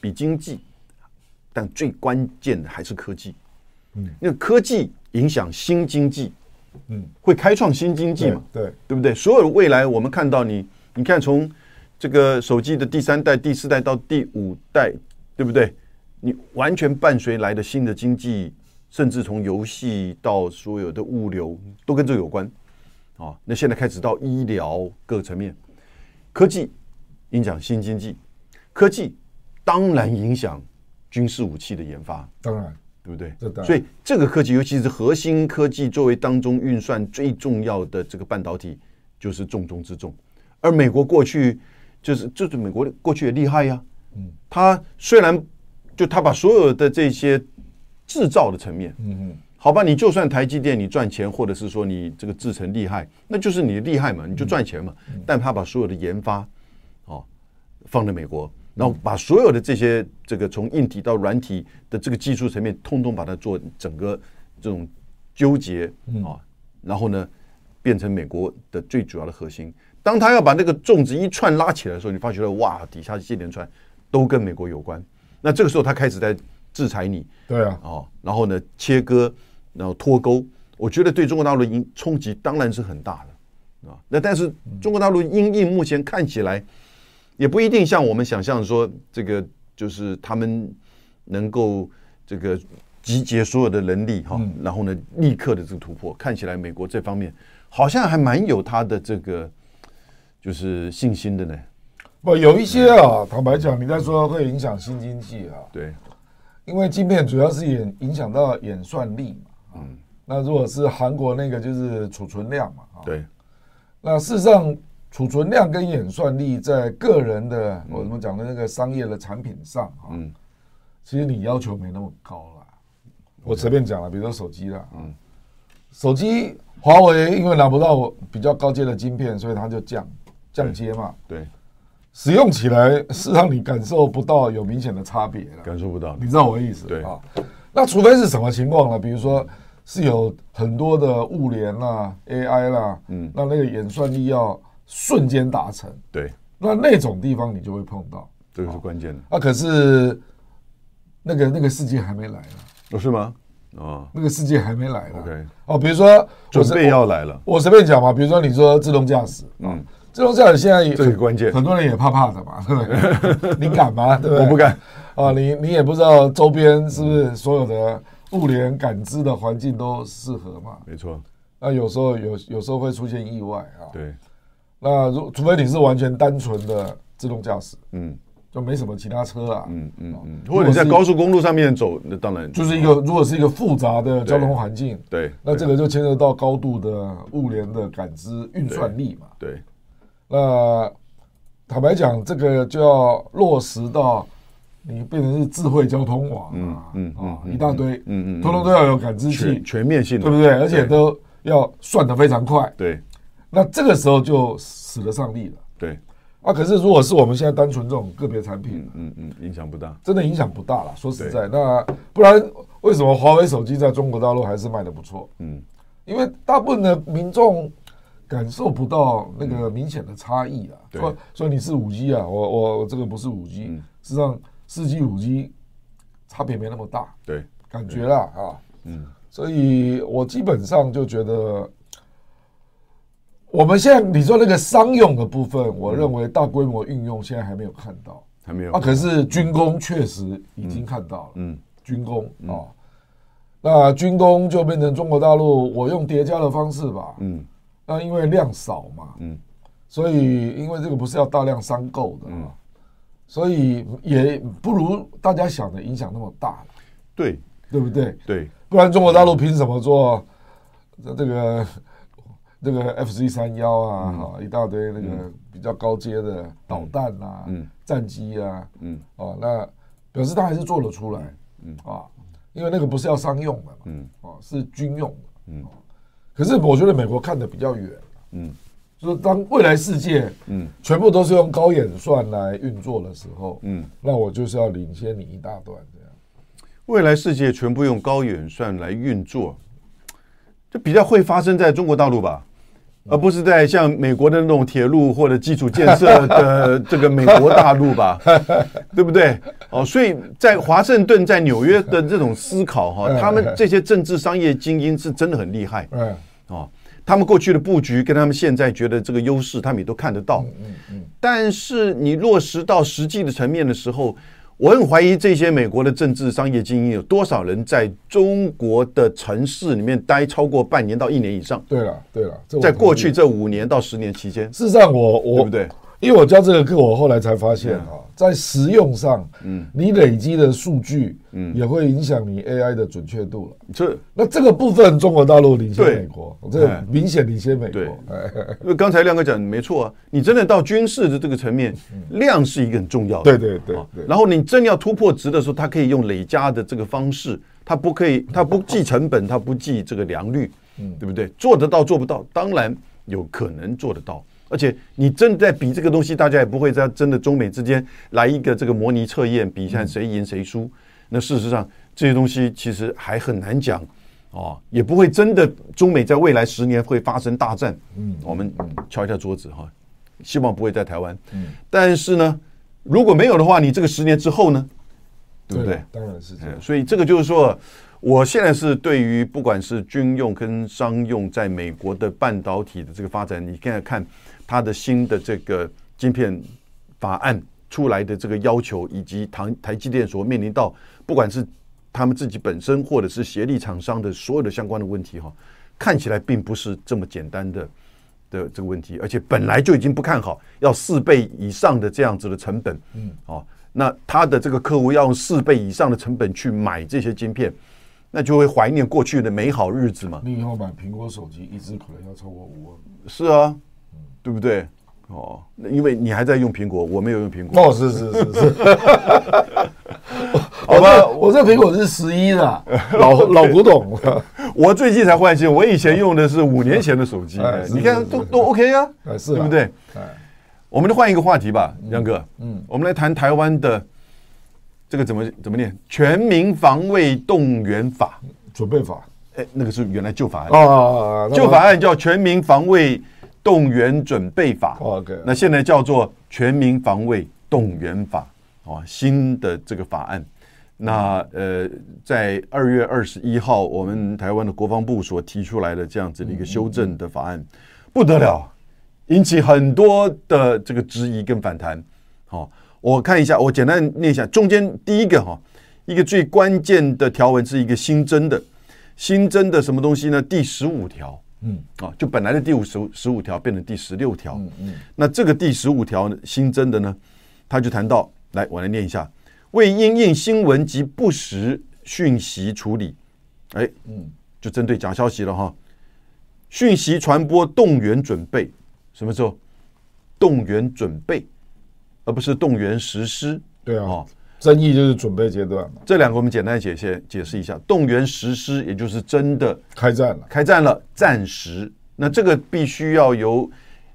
B: 比经济，但最关键的还是科技。嗯，因为科技影响新经济，嗯，会开创新经济嘛？
D: 对对
B: 对不对？所有的未来，我们看到你，你看从这个手机的第三代、第四代到第五代，对不对？你完全伴随来的新的经济，甚至从游戏到所有的物流，都跟这个有关。啊，那现在开始到医疗各个层面，科技影响新经济，科技当然影响军事武器的研发，
D: 当然，
B: 对不对
D: 这当？然
B: 所以这个科技，尤其是核心科技作为当中运算最重要的这个半导体，就是重中之重。而美国过去就是就是美国过去也厉害呀，嗯，他虽然就他把所有的这些制造的层面，
D: 嗯
B: 好吧，你就算台积电你赚钱，或者是说你这个制程厉害，那就是你厉害嘛，你就赚钱嘛。但他把所有的研发哦放在美国，然后把所有的这些这个从硬体到软体的这个技术层面，通通把它做整个这种纠结啊、然后呢变成美国的最主要的核心。当他要把那个粽子一串拉起来的时候，你发觉了哇，底下这连串都跟美国有关。那这个时候他开始在制裁你，
D: 对啊，
B: 哦，然后呢切割，然后脱钩，我觉得对中国大陆影冲击当然是很大的啊。那但是中国大陆因应目前看起来也不一定像我们想象说这个就是他们能够这个集结所有的能力哈、然后呢立刻的这个突破，看起来美国这方面好像还蛮有他的这个就是信心的呢。
D: 不有一些啊，坦白讲，你在说会影响新经济啊，
B: 对，
D: 因为晶片主要是演影响到演算力嘛，嗯，那如果是韩国那个就是储存量嘛，啊，
B: 对，
D: 那事实上储存量跟演算力在个人的、我怎么讲的那个商业的产品上啊，
B: 嗯
D: 其实你要求没那么高啦，我随便讲了，比如说手机啦，嗯，手机华为因为拿不到比较高阶的晶片，所以它就降降阶嘛，
B: 对，
D: 使用起来是让你感受不到有明显的差别了。
B: 感受不到的
D: 你知道我的意思
B: 对
D: 啊？那除非是什么情况呢？比如说是有很多的物联啦、AI 啦，嗯，那那个演算力要瞬间达成，
B: 对，
D: 那那种地方你就会碰到。
B: 这个是关键的。
D: 啊，可是那个那个世界还没来呢，啊
B: 哦，是吗？哦，
D: 那个世界还没来呢。
B: OK
D: 哦，比如说我
B: 准
D: 是哦
B: 备要来了。
D: 我随便讲嘛，比如说你说自动驾驶，
B: 嗯
D: 嗯，自动驾驶现在也
B: 这个关键
D: 很多人也怕怕的嘛，对不
B: <laughs>
D: 对？你敢吗？对不对？
B: 我不敢。
D: 啊，你你也不知道周边是不是所有的物联感知的环境都适合嘛？
B: 没错，
D: 那有时候有有时候会出现意外啊。
B: 对，
D: 那如除非你是完全单纯的自动驾驶，
B: 嗯
D: 就没什么其他车啊。
B: 嗯嗯嗯，
D: 如
B: 或
D: 果
B: 者你在
D: 是
B: 高速公路上面走，那当然
D: 就是一个如果是一个复杂的交通环境，
B: 对，
D: 那这
B: 个
D: 个就牵涉到高度的物联的感知运算力嘛。
B: 对
D: 那坦白讲，这个就要落实到你变成是智慧交通网啊，
B: 嗯嗯
D: 啊
B: 嗯
D: 一大堆，
B: 嗯嗯嗯
D: 通通都要有感知器
B: 全，全面性的，
D: 对不对？而且都要算得非常快，
B: 对
D: 那这个时候就使得上力了
B: 对，
D: 啊。可是如果是我们现在单纯这种个别产品，
B: 嗯嗯，影响不大，
D: 真的影响不大了。说实在，那不然为什么华为手机在中国大陆还是卖的不错？
B: 嗯，
D: 因为大部分的民众感受不到那个明显的差异啊。
B: 对嗯
D: 说说你是五 G 啊，我我我这个不是五 G，、事实上四 G 五 G 差别没那么大，
B: 对，
D: 感觉啦啊。嗯，所以我基本上就觉得。我们现在你说那个商用的部分，我认为大规模运用现在还没有看到。
B: 还没有
D: 啊，可是军工确实已经看到了，
B: 嗯
D: 嗯，军工啊、哦那军工就变成中国大陆，我用叠加的方式吧，
B: 嗯
D: 嗯，那因为量少嘛，
B: 嗯
D: 嗯，所以因为这个不是要大量商购的，啊，所以也不如大家想的影响那么大，
B: 对
D: 对不对？
B: 对
D: 不然中国大陆凭什么做这这个这个 FC 三幺啊，哈、一大堆那个比较高阶的导弹啊、
B: 嗯
D: 战机啊，
B: 嗯
D: 嗯，哦，那表示他还是做得出来，嗯啊，因为那个不是要商用的嘛，嗯，哦，是军用的，嗯、可是我觉得美国看的比较远，嗯，就是当未来世界，嗯，全部都是用高演算来运作的时候，嗯，那我就是要领先你一大段这样。
B: 未来世界全部用高远算来运作，这比较会发生在中国大陆吧，而不是在像美国的那种铁路或者基础建设的这个美国大陆吧，对不对？哦，所以在华盛顿、在纽约的这种思考哈、他们这些政治商业精英是真的很厉害
D: 嗯，
B: 哦。他们过去的布局跟他们现在觉得这个优势，他们也都看得到。但是你落实到实际的层面的时候，我很怀疑这些美国的政治商业精英有多少人在中国的城市里面待超过半年到一年以上，
D: 对了，对了，这我
B: 在
D: 同
B: 过
D: 意啊
B: 去这五年到十年期间，
D: 事实上我，我
B: 对不对？
D: 因为我教这个课，我后来才发现啊、在实用上，嗯，你累积的数据，嗯，也会影响你 AI 的准确度了。
B: 这
D: 那这个部分，中国大陆领先
B: 对
D: 美国，这明显领先美国
B: 对。
D: 哎，
B: 因为刚才亮哥讲的没错啊，你真的到军事的这个层面，量是一个很重要的。
D: 对对对
B: 啊
D: 对
B: 然后你真要突破值的时候，它可以用累加的这个方式，它不可以，它不计成本，它不计这个良率，对不对？做得到做不到，当然有可能做得到。而且你真的在比这个东西，大家也不会在真的中美之间来一个这个模拟测验，比一下谁赢谁输。嗯那事实上这些东西其实还很难讲。哦，也不会真的中美在未来十年会发生大战。嗯，我们敲一下桌子哈，希望不会在台湾。嗯，但是呢，如果没有的话，你这个十年之后呢，对不对
D: 了？当然是这样
B: 嗯。所以这个就是说，我现在是对于不管是军用跟商用，在美国的半导体的这个发展，你现在看它的新的这个晶片法案出来的这个要求，以及台台积电所面临到，不管是他们自己本身或者是协力厂商的所有的相关的问题，哈，看起来并不是这么简单的。的这个问题，而且本来就已经不看好，要四倍以上的这样子的成本，嗯，哦，那他的这个客户要用四倍以上的成本去买这些晶片，那就会怀念过去的美好日子嘛。
D: 你以后买苹果手机，一只可能要超过五万。
B: 是啊，对不对？哦，那因为你还在用苹果，我没有用苹果。
D: 哦，是是是 <laughs> 是。
B: 好
D: 我
B: 吧
D: 这我这苹果是十
B: <laughs>
D: 一的，老老古董了。
B: 我最近才换新，我以前用的是五年前的手机，
D: 哎
B: 哎
D: 是
B: 你看
D: 是
B: 都
D: 是
B: 都 OK 啊，
D: <laughs> 哎是啊
B: 对不对？
D: 哎，
B: 我们换一个话题吧，杨哥。嗯，我们来谈台湾的这个怎么怎么念《全民防卫动员法》。
D: 准备法
B: 哎，那个是原来旧法案，
D: 啊，
B: 旧法案叫《全民防卫动员准备法》
D: 哦，OK
B: 那现在叫做《全民防卫动员法》哦，新的这个法案。那呃，在二月二十一号，我们台湾的国防部所提出来的这样子的一个修正的法案，不得了，引起很多的这个质疑跟反弹。好、我看一下，我简单念一下，中间第一个哈、一个最关键的条文是一个新增的，新增的什么东西呢？第十五条，嗯，啊，就本来的第五十十五条变成第十六条，嗯嗯，那这个第十五条呢新增的呢，他就谈到，来，我来念一下，为因应新闻及不实讯息处理，哎，嗯，就针对假消息了哈，讯息传播动员准备什么时候？动员准备，而不是动员实施，
D: 对啊
B: 哦
D: 争议就是准备阶段嘛，
B: 这两个我们简单地解释解释一下，动员实施，也就是真的
D: 开战了。
B: 开战了，暂时。那这个必须要由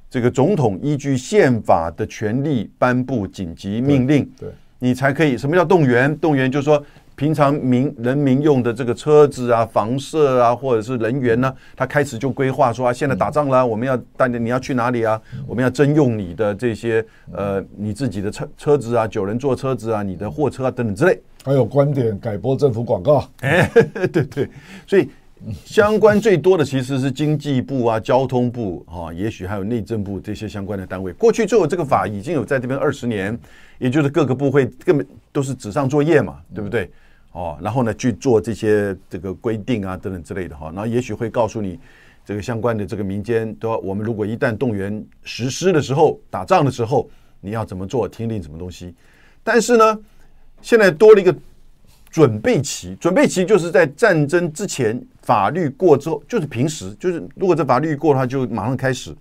B: 这个总统依据宪法的权利颁布紧急命令，
D: 对对
B: 你才可以。什么叫动员？动员就是说，平常民人民用的这个车子啊、房舍啊，或者是人员呢、他开始就规划说啊，现在打仗了，我们要带你，你要去哪里啊？我们要征用你的这些呃，你自己的车车子啊，九人座车子啊，你的货车啊等等之类。
D: 还有观点改播政府广告，
B: 哎， <laughs> 对对，所以相关最多的其实是经济部啊、交通部啊，也许还有内政部这些相关的单位。过去就有这个法，已经有在这边二十年，也就是各个部会根本都是纸上作业嘛，对不对？哦，然后呢去做这些这个规定啊等等之类的哈，然后也许会告诉你。这个相关的这个民间都要，我们如果一旦动员实施的时候，打仗的时候，你要怎么做，听令什么东西？但是呢，现在多了一个准备期，准备期就是在战争之前，法律过之后，就是平时，就是如果这法律过了，它就马上开始。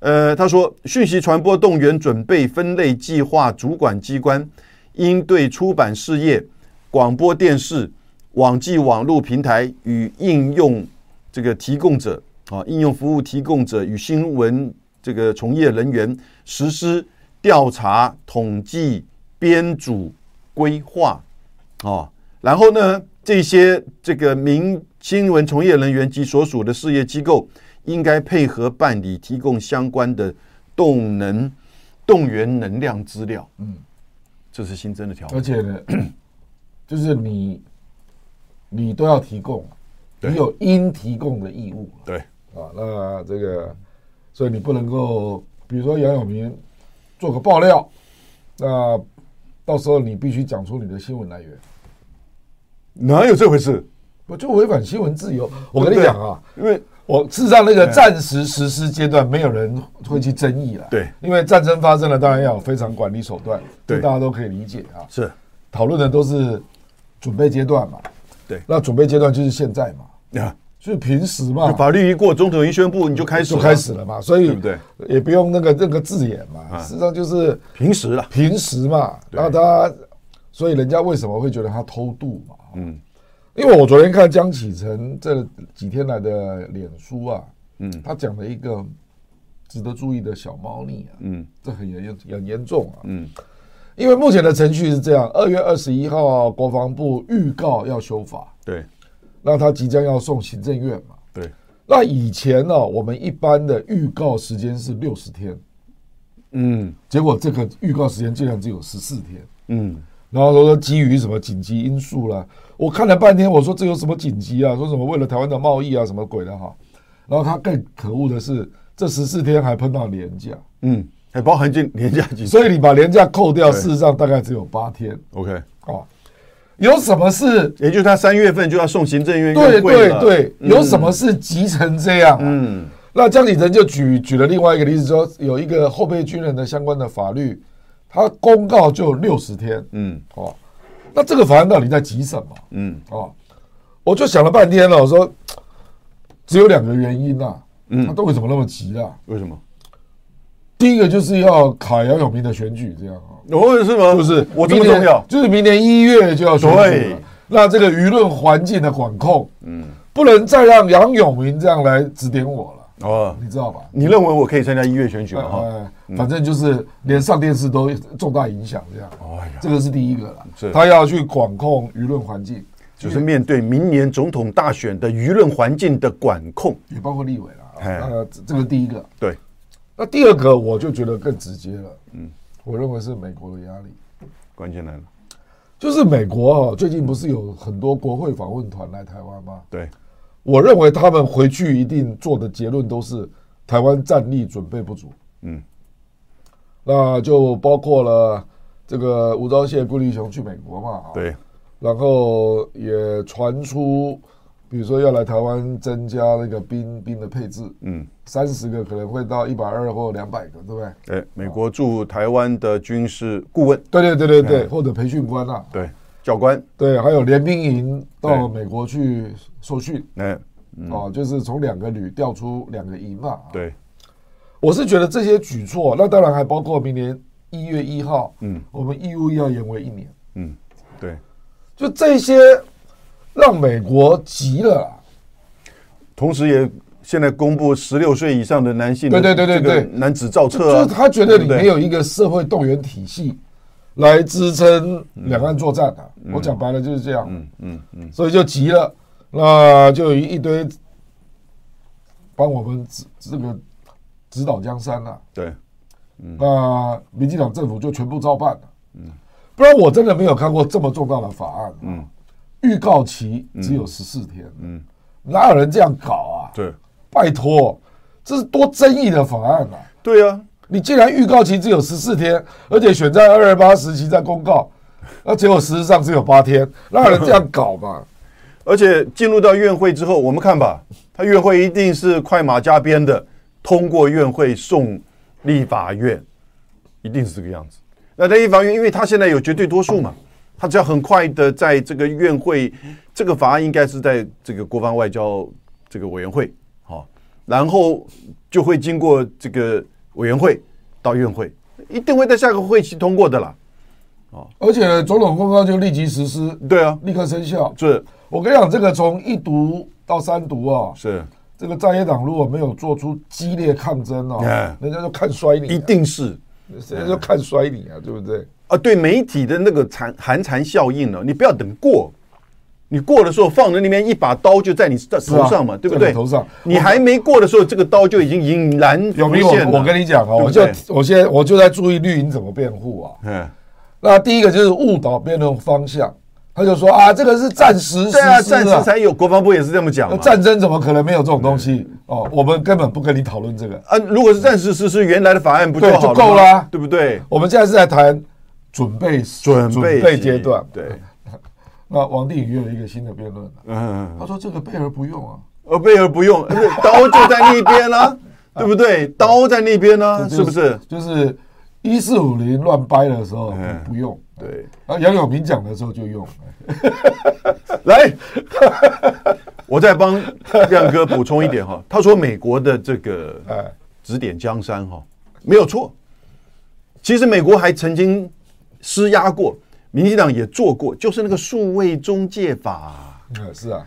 B: 呃，他说，讯息传播动员准备分类计划主管机关应对出版事业、广播电视、网际网络平台与应用这个提供者啊，应用服务提供者与新闻这个从业人员实施调查、统计、编组、规划哦，然后呢，这些这个民新闻从业人员及所属的事业机构应该配合办理，提供相关的动能、动员能量资料。嗯，这是新增的条
D: 而
B: 文。
D: 且呢， <clears throat> 就是你你都要提供，
B: 对
D: 你有应提供的义务
B: 对，
D: 啊。那这个，所以你不能够，比如说杨永明做个爆料，那到时候你必须讲出你的新闻来源，
B: 哪有这回事？
D: 我就违反新闻自由。我跟你
B: 对
D: 讲啊，
B: 因为
D: 我事实上，那个暂时实施阶段，没有人会去争议了。
B: 对
D: 因为战争发生了，当然要有非常管理手段，
B: 对
D: 这大家都可以理解啊。
B: 是
D: 讨论的都是准备阶段嘛。
B: 对
D: 那准备阶段就是现在嘛，
B: 啊，
D: 就是平时嘛，
B: 法律一过，总统一宣布，你就开始
D: 就开始了嘛，所以
B: 对不对？
D: 也不用那个那个字眼嘛，事实上就是
B: 平时了。
D: 平时嘛，
B: 对
D: 那他，所以人家为什么会觉得他偷渡嘛？嗯，因为我昨天看江启臣这几天来的脸书啊，嗯，他讲了一个值得注意的小猫腻啊，嗯，这很严很严重啊，嗯，因为目前的程序是这样，二月二十一号啊国防部预告要修法，
B: 对
D: 那他即将要送行政院嘛，
B: 对，
D: 那以前呢、我们一般的预告时间是六十天，
B: 嗯
D: 结果这个预告时间竟然只有十四天。
B: 嗯，
D: 然后说基于什么紧急因素啦，我看了半天，我说这有什么紧急啊？说什么为了台湾的贸易啊，什么鬼的哈？然后他更可恶的是，这十四天还碰到年假，
B: 嗯，还包含进年假几次
D: 所以你把年假扣掉，
B: 嗯对
D: 事实上大概只有八天
B: ？OK，
D: 啊。有什么事？
B: 也就是他三月份就要送行政院
D: 对
B: 院会
D: 对
B: 了嗯
D: 对，有什么事急成这样、嗯，那江启臣就举举了另外一个例子，说有一个后备军人的相关的法律，他公告就六十天，
B: 嗯
D: 哦，那这个法案到底在急什么？
B: 嗯
D: 哦，我就想了半天了，我说只有两个原因呐、嗯，他都为什么那么急啊？
B: 为什么？
D: 第一个就是要卡杨永明的选举，这样啊，
B: 哦，是吗？
D: 是不是？
B: 我这么
D: 明年
B: 重要？
D: 就是明年一月就要选举
B: 对
D: 了，那这个舆论环境的管控，嗯，不能再让杨永明这样来指点我了，
B: 哦，
D: 你知道吧？
B: 你认为我可以参加一月选举吗？哈，
D: 呃，反正就是连上电视都重大影响，这样。
B: 哎呀
D: 这个是第一个了
B: 是，
D: 他要去管控舆论环境，
B: 就是面对明年总统大选的舆论环境的管控。
D: 也包括立委了啊。
B: 哎
D: 呃，这这个第一个，
B: 对，
D: 那第二个我就觉得更直接了，嗯，我认为是美国的压力，
B: 关键来了。
D: 就是美国哦，最近不是有很多国会访问团来台湾吗？
B: 对，
D: 我认为他们回去一定做的结论都是台湾战力准备不足，
B: 嗯，
D: 那就包括了这个吴钊燮、顾立雄去美国嘛，啊，
B: 对，
D: 然后也传出，比如说要来台湾增加那个兵兵的配置，
B: 嗯，
D: 三十个可能会到一百二或两百个，对不对？
B: 哎，美国驻台湾的军事顾问，
D: 对对对对对，
B: 嗯
D: 或者培训官啊，
B: 对，教官，
D: 对，还有联兵营到
B: 对
D: 美国去受训
B: 哎，
D: 啊，就是从两个旅调出两个营嘛。，
B: 对，
D: 我是觉得这些举措，那当然还包括明年一月一号，嗯，我们义务要延为一年，
B: 嗯，对，
D: 就这些让美国急了啦。
B: 同时也现在公布十六岁以上的男性的
D: 对对对对
B: 这个
D: 对
B: 男子造册
D: 就
B: 啊，
D: 是他觉得
B: 对
D: 你
B: 不对
D: 没有一个社会动员体系来支撑两岸作战啊。我讲白了就是这样，嗯嗯嗯，所以就急了，那就一堆帮我们指这个指导江山了、
B: 对，
D: 那民进党政府就全部照办了，嗯，不然我真的没有看过这么重大的法案，嗯，预告期只有十四天，嗯，哪有人这样搞啊？
B: 对，
D: 拜托，这是多争议的法案啊！
B: 对啊，
D: 你既然预告期只有十四天，而且选在二二八时期在公告，那结果事实上只有八天，哪有人这样搞 <laughs> 嘛？
B: 而且进入到院会之后，我们看吧，他院会一定是快马加鞭的通过院会送立法院，一定是这个样子。那在立法院，因为他现在有绝对多数嘛，他只要很快的在这个院会，这个法案应该是在这个国防外交这个委员会，好、然后就会经过这个委员会到院会，一定会在下个会期通过的啦。
D: 而且总统公告就立即实施，
B: 对啊，
D: 立刻生效。
B: 这
D: 我跟你讲，这个从一读到三读啊，
B: 是
D: 这个在野党如果没有做出激烈抗争哦、
B: 哎
D: 人家就看衰你、啊，
B: 一定是
D: 人家就看衰你啊，对不对？
B: 啊，对媒体的那个残寒蝉效应呢，你不要等过，你过的时候放在那边一把刀就在你的头上嘛，
D: 是啊
B: 对不对？
D: 在你头上
B: 你还没过的时候，这个刀就已经引燃
D: 有
B: 没
D: 没有？我我跟
B: 你，
D: 你讲
B: 对
D: 哦，我
B: 不
D: 就
B: 对
D: 我现在我就在注意绿营怎么辩护啊。
B: 嗯，
D: 那第一个就是误导辩论方向，他就说啊，这个是暂时实施
B: 对
D: 呃的、
B: 啊，暂时才有，国防部也是这么讲
D: 那
B: 嘛。
D: 战争怎么可能没有这种东西？哦，我们根本不跟你讨论这个，
B: 啊，如果是暂时实施原来的法案，不
D: 对
B: 好了
D: 就够啊
B: 吗
D: 啦
B: 对不对？
D: 我们现在是在谈准备准备
B: 期
D: 阶段。
B: 对，
D: 那王定宇又有一个新的辩论了，
B: 嗯，
D: 他说这个备而不用啊，
B: 而备而不用，呃刀就在那边啦，对不
D: <laughs>
B: 对？刀在那边呢，
D: 啊就是
B: 不是？哎
D: 就是一四五零乱掰的时候不用，
B: 对，
D: 啊，杨永明讲的时候就用。
B: 来， <laughs> 我再帮亮哥补充一点哈，他说美国的这个
D: 哎，
B: 指点江山哈，没有错。其实美国还曾经施压过，民进党也做过，就是那个数位中介法。
D: 嗯是啊，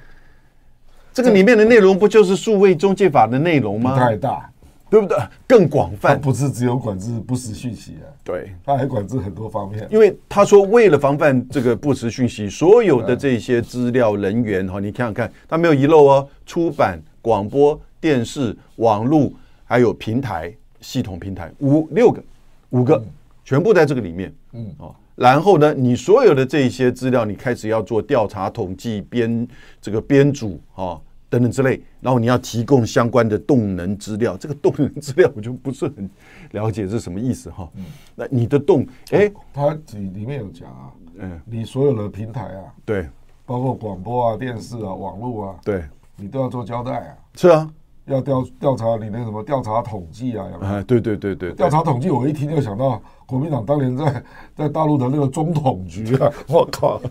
B: 这个里面的内容不就是数位中介法的内容
D: 不
B: 吗
D: 太？大，
B: 对不对？更广
D: 他
B: 泛。
D: 不是只有管制不实讯息啊，
B: 对，
D: 他还管制很多方面。
B: 因为他说为了防范这个不实讯息，所有的这些资料人员哈，你看看，他没有遗漏哦，出版、广播电视、网络，还有平台系统平台五六个，五个、全部在这个里面，嗯哦。然后呢，你所有的这些资料，你开始要做调查、统计、编这个编组啊、哦、等等之类，然后你要提供相关的动能资料。这个动能资料我就不是很了解是什么意思哈。那你的动，哎，
D: 他里里面有讲啊，
B: 嗯
D: 你所有的平台啊，
B: 对
D: 包括广播啊、电视啊、网络啊，
B: 对，
D: 你都要做交代啊，
B: 是啊，
D: 要调调查你那什么调查统计啊，有没有？
B: 啊，对对对对，对
D: 调查统计，我一听就想到国民党当年在 <laughs> 在大陆的那个中统局啊， <laughs> 我靠！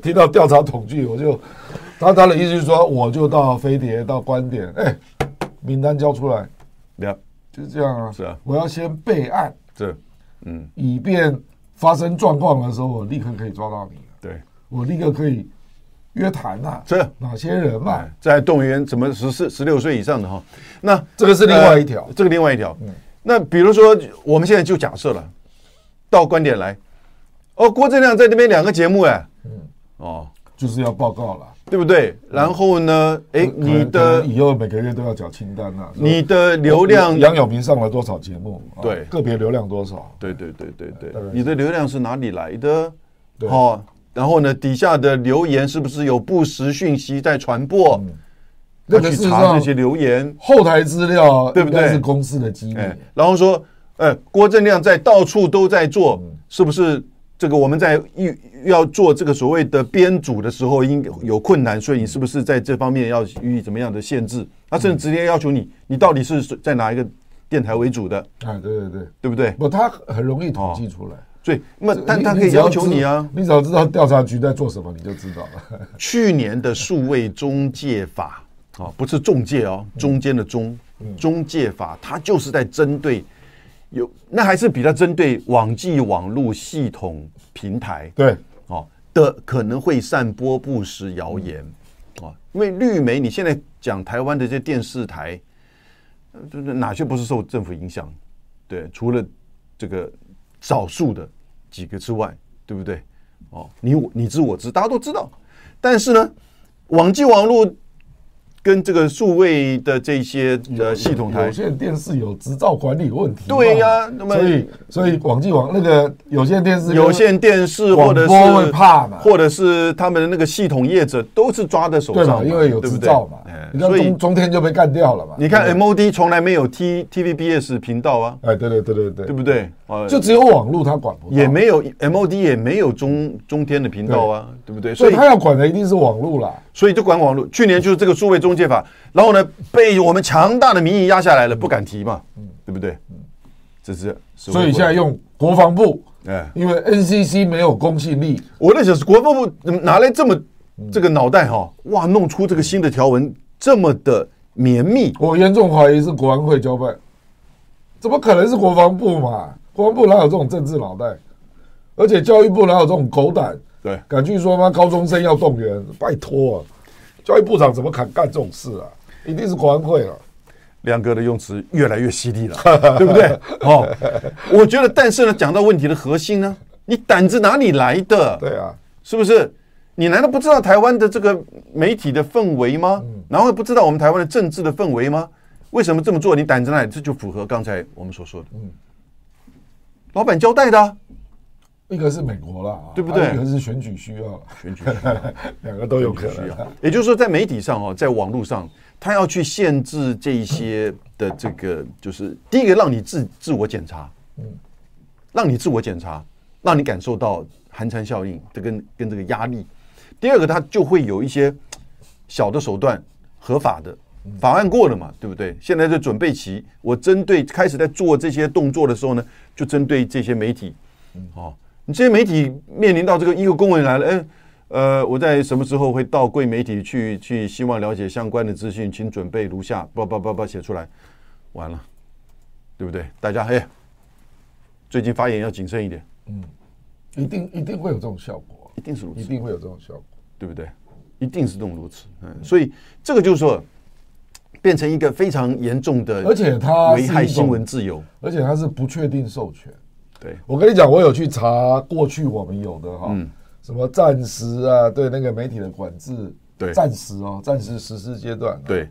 D: 听到调查统计，我就他他的意思就是说，我就到飞碟到观点，哎，名单交出来，
B: 了，
D: 就是这样啊。
B: 是啊
D: 我要先备案，
B: 这
D: 以便发生状况的时候，我立刻可以抓到你，啊
B: 对，
D: 我立刻可以约谈呐、
B: 这
D: 哪些人啊嘛、
B: 哎在动员怎么十四、十六岁以上的哈，那
D: 这个是另外一条嗯
B: 呃这个另外一条。那比如说，我们现在就假设了，到观点来，哦，郭正亮在这边两个节目，哎，
D: 嗯
B: 哦，
D: 就是要报告了。
B: 对不对？然后呢，哎，
D: 嗯
B: 你
D: 可能可能
B: 的
D: 以后每个月都要缴清单呐、啊，
B: 你的流量，
D: 杨永明上了多少节目？啊
B: 对
D: 个别流量多少？
B: 对对对对对
D: 当然，是
B: 你的流量是哪里来的？
D: 对
B: 哦，然后呢，底下的留言是不是有不实讯息在传播？
D: 那
B: 要
D: 个
B: 去
D: 事实
B: 查这
D: 上，
B: 些留言。
D: 后台资料
B: 对不对
D: 应该是公司的机密。
B: 哎，然后说，呃，郭正亮在到处都在做，
D: 嗯
B: 是不是？这个我们在预要做这个所谓的编组的时候，应有困难，所以你是不是在这方面要予以怎么样的限制？他甚至
D: 嗯
B: 直接要求你，你到底是在哪一个电台为主的，
D: 哎，对对对，
B: 对不对？
D: 不，他很容易统计出来。
B: 所以，那么哦但他可
D: 你
B: 以
D: 只要
B: 要求你啊
D: 知。你只要知道调查局在做什么，你就知道了。 <laughs>
B: 去年的数位中介法啊，不是中介哦，中间的中中介法，它就是在针对有那还是比较针对网际网络系统平台
D: 对，
B: 哦的可能会散播不实谣言哦，因为绿媒你现在讲台湾的这些电视台，呃这这哪些不是受政府影响？对，除了这个少数的几个之外，对不对？哦，你我你知我知，大家都知道。但是呢，网际网络跟这个数位的这些呃系统台
D: 有，线电视有执照管理问题嘛。
B: 对呀那么
D: 所以所以网际网那个有线电视跟
B: 有线电视或者
D: 广播会
B: 是
D: 怕嘛
B: 或者是他们的那个系统业者都是抓在手
D: 对
B: 上
D: 嘛，
B: 嘛，
D: 因为有
B: 对不
D: 执
B: 对
D: 照嘛
B: 哎，
D: 你看
B: 所以
D: 中中天就被干掉了嘛。
B: 你看 MOD 从来没有 T TVBS 频道啊，
D: 哎，对对对对对，
B: 对不对？啊，
D: 就只有网络他管不到，
B: 也没有 MOD 也没有中中天的频道啊，对不对？
D: 所
B: 所
D: 以
B: 以
D: 他要管的一定是网络啦。
B: 所以就管网络，去年就是这个数位中介法，然后呢被我们强大的民意压下来了，不敢提嘛，对不对？这是
D: 嗯所以现在用国防部，
B: 哎，
D: 因为 NCC 没有公信力，
B: 我在想，是国防部嗯拿来这么
D: 嗯
B: 这个脑袋哈，哇，弄出这个新的条文这么的绵密，
D: 我严重怀疑是国安会交办，怎么可能是国防部嘛？国防部哪有这种政治脑袋？而且教育部哪有这种狗胆？
B: 对
D: 敢去说妈高中生要动员，拜托啊！教育部长怎么敢干这种事啊？一定是国安会了。啊
B: 亮哥的用词越来越犀利了， <laughs> 对不对？哦，我觉得，但是呢，讲到问题的核心呢，你胆子哪里来的？
D: 对啊，
B: 是不是？你难道不知道台湾的这个媒体的氛围吗？然后不知道我们台湾的政治的氛围吗？为什么这么做？你胆子哪里？这就符合刚才我们所说的，老板交代的啊、
D: 一个是美国了，
B: 对不对
D: 还有一个是选举需要，
B: 选举
D: 两个都有可
B: 需
D: 能
B: 要。。啊也就是说，在媒体上哦，在网络上，他要去限制这一些的这个，就是第一个让你自自我检查，让你自我检查，让你感受到寒蝉效应，这跟跟这个压力。第二个，他就会有一些小的手段，合法的法案过了嘛，对不对？现在就准备期，我针对开始在做这些动作的时候呢，就针对这些媒体，哦，你这些媒体面临到这个一个公文来了，哎，呃，我在什么时候会到贵媒体去去，希望了解相关的资讯，请准备如下，叭叭叭叭写出来，完了，对不对？大家嘿，最近发言要谨慎一点，
D: 一定一定会有这种效果，
B: 一定是如
D: 一
B: 此。
D: 定会有这种效果。
B: 对不对？一定是动如此，嗯，所以这个就是说，变成一个非常严重的，
D: 而且它是
B: 危害
D: 一种
B: 新闻自由，
D: 而且它是不确定授权。
B: 对，
D: 我跟你讲，我有去查过去我们有的哈，
B: 嗯
D: 什么暂时啊，对那个媒体的管制，
B: 对
D: 暂时哦，暂时实施阶段、，
B: 对，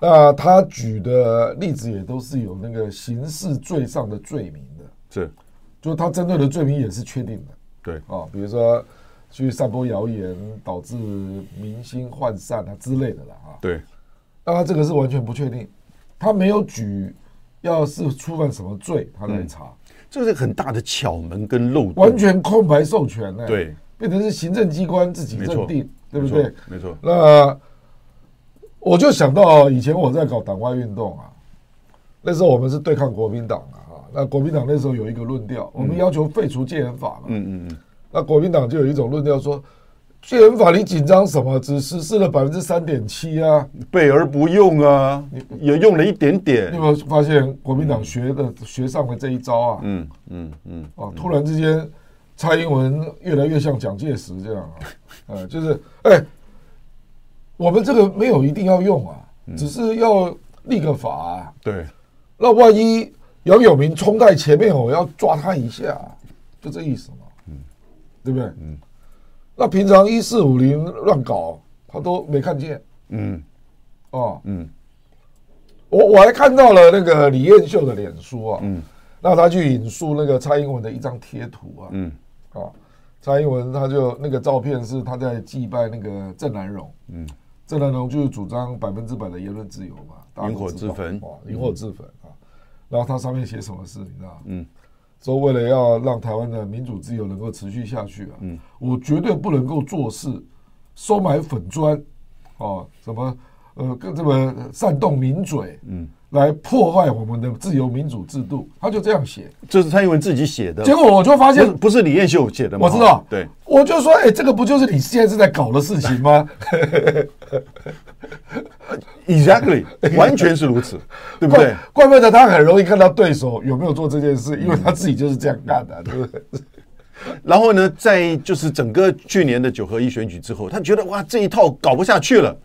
D: 那他举的例子也都是有那个刑事罪上的罪名的，
B: 是，
D: 就是他针对的罪名也是确定的
B: 对，
D: 啊，比如说去散播谣言导致明星涣散啊之类的啦啊。
B: 对，
D: 那他这个是完全不确定，他没有举要是触犯什么罪，他来查。
B: 这是很大的巧门跟漏洞，
D: 完全空白授权呢、
B: 对，
D: 变成是行政机关自己
B: 没
D: 认
B: 错
D: 定，对不
B: 没错
D: 对？
B: 没错，
D: 那我就想到哦以前我在搞党外运动啊，那时候我们是对抗国民党啊，啊那国民党那时候有一个论调，我们要求废除戒严法嘛，
B: 嗯嗯嗯，
D: 那国民党就有一种论调说，戒严法你紧张什么？只实施了百分之三点七啊，
B: 备而不用啊，也用了一点点
D: 你有，没有发现国民党学的、学上了这一招啊？
B: 嗯嗯嗯，
D: 啊，突然之间，蔡英文越来越像蒋介石这样啊，呃，就是哎、我们这个没有一定要用啊，
B: 嗯
D: 只是要立个法、啊。
B: 对，
D: 那万一杨永明冲在前面，我要抓他一下，就这意思嘛，嗯，对不对？嗯，那平常一四五零乱搞，他都没看见
B: 嗯
D: 啊，
B: 嗯，
D: 我我还看到了那个李彦秀的脸书啊，嗯，那他去引述那个蔡英文的一张贴图啊，
B: 嗯
D: 啊，蔡英文他就那个照片是他在祭拜那个郑南荣，嗯，郑南荣就是主张百分之百的言论自由嘛，大家都
B: 引火
D: 知
B: 自
D: 道
B: 焚
D: 哇，引火自焚啊，然后他上面写什么事你知道吗？
B: 嗯，
D: 说为了要让台湾的民主自由能够持续下去啊，嗯，我绝对不能够做事收买粉砖，哦，什么呃，跟这么煽动民嘴，嗯，来破坏我们的自由民主制度，他就这样写，
B: 这是蔡英文自己写的，
D: 结果我就发
B: 不是
D: 现
B: 不是李彦秀写的吗？
D: 我知道，
B: 嗯哦对，，
D: 我就说，哎、这个不就是你现在是在搞的事情吗？ <laughs>
B: Exactly，完全是如此， <laughs> 对不对？
D: 怪怪不得他很容易看到对手有没有做这件事，因为
B: 嗯
D: 他自己就是这样干的、对不对？
B: 然后呢，在就是整个去年的九合一选举之后，他觉得哇这一套搞不下去了，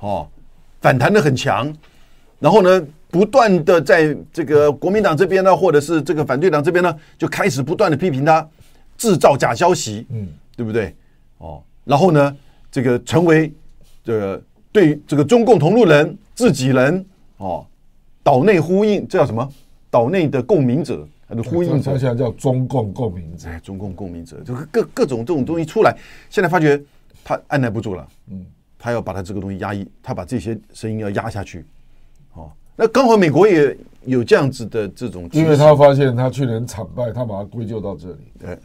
B: 哦，反弹的很强，然后呢，不断的在这个国民党这边呢，或者是这个反对党这边呢，就开始不断的批评他制造假消息，嗯，对不对？哦，然后呢，这个成为这个对这个中共同路人、自己人哦，岛内呼应，这叫什么？岛内的共鸣者，还是呼应者
D: 他？现在叫中共共鸣者，
B: 哎，中共共鸣者，就各各种这种东西出来，现在发觉他按耐不住了，嗯，他要把他这个东西压抑，他把这些声音要压下去，哦，那刚好美国也有这样子的这种趋势，
D: 因为他发现他去年惨败，他把它归咎到这里，
B: 对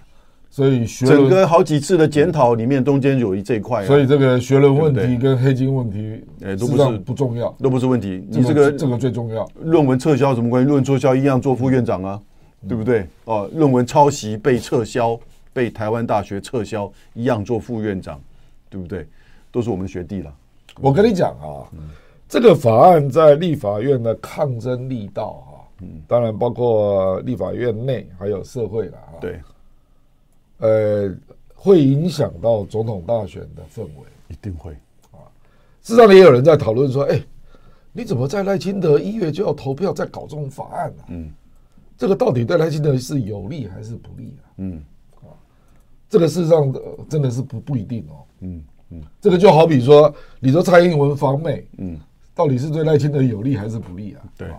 D: 所以学
B: 整
D: 伦，
B: 个好几次的检讨里面，中间有一这一块、啊，
D: 所以这个学伦问
B: 对
D: 题跟黑金问题，
B: 哎
D: 事
B: 都不
D: 实上
B: 是
D: 不重要，
B: 都不是问题，你这
D: 这
B: 个
D: 个最重要。
B: 论文撤销有什么关系？论文撤销一样做副院长啊，
D: 嗯
B: 对不对？哦，论文抄袭被撤销，被台湾大学撤销一样做副院长，对不对？都是我们的学弟了，
D: 我跟你讲啊，这个法案在立法院的抗争力道啊，当然包括立法院内还有社会了啊，
B: 对，
D: 呃，会影响到总统大选的氛围。
B: 一定会。
D: 事实上，也有人在讨论说，哎，你怎么在赖清德一月就要投票，再搞这种法案呢、嗯，这个到底对赖清德是有利还是不利啊？嗯，啊，这个事实上、呃真的是不不一定哦。嗯嗯，这个就好比说，你说蔡英文访美，嗯，到底是对赖清德有利还是不利啊？
B: 对
D: 啊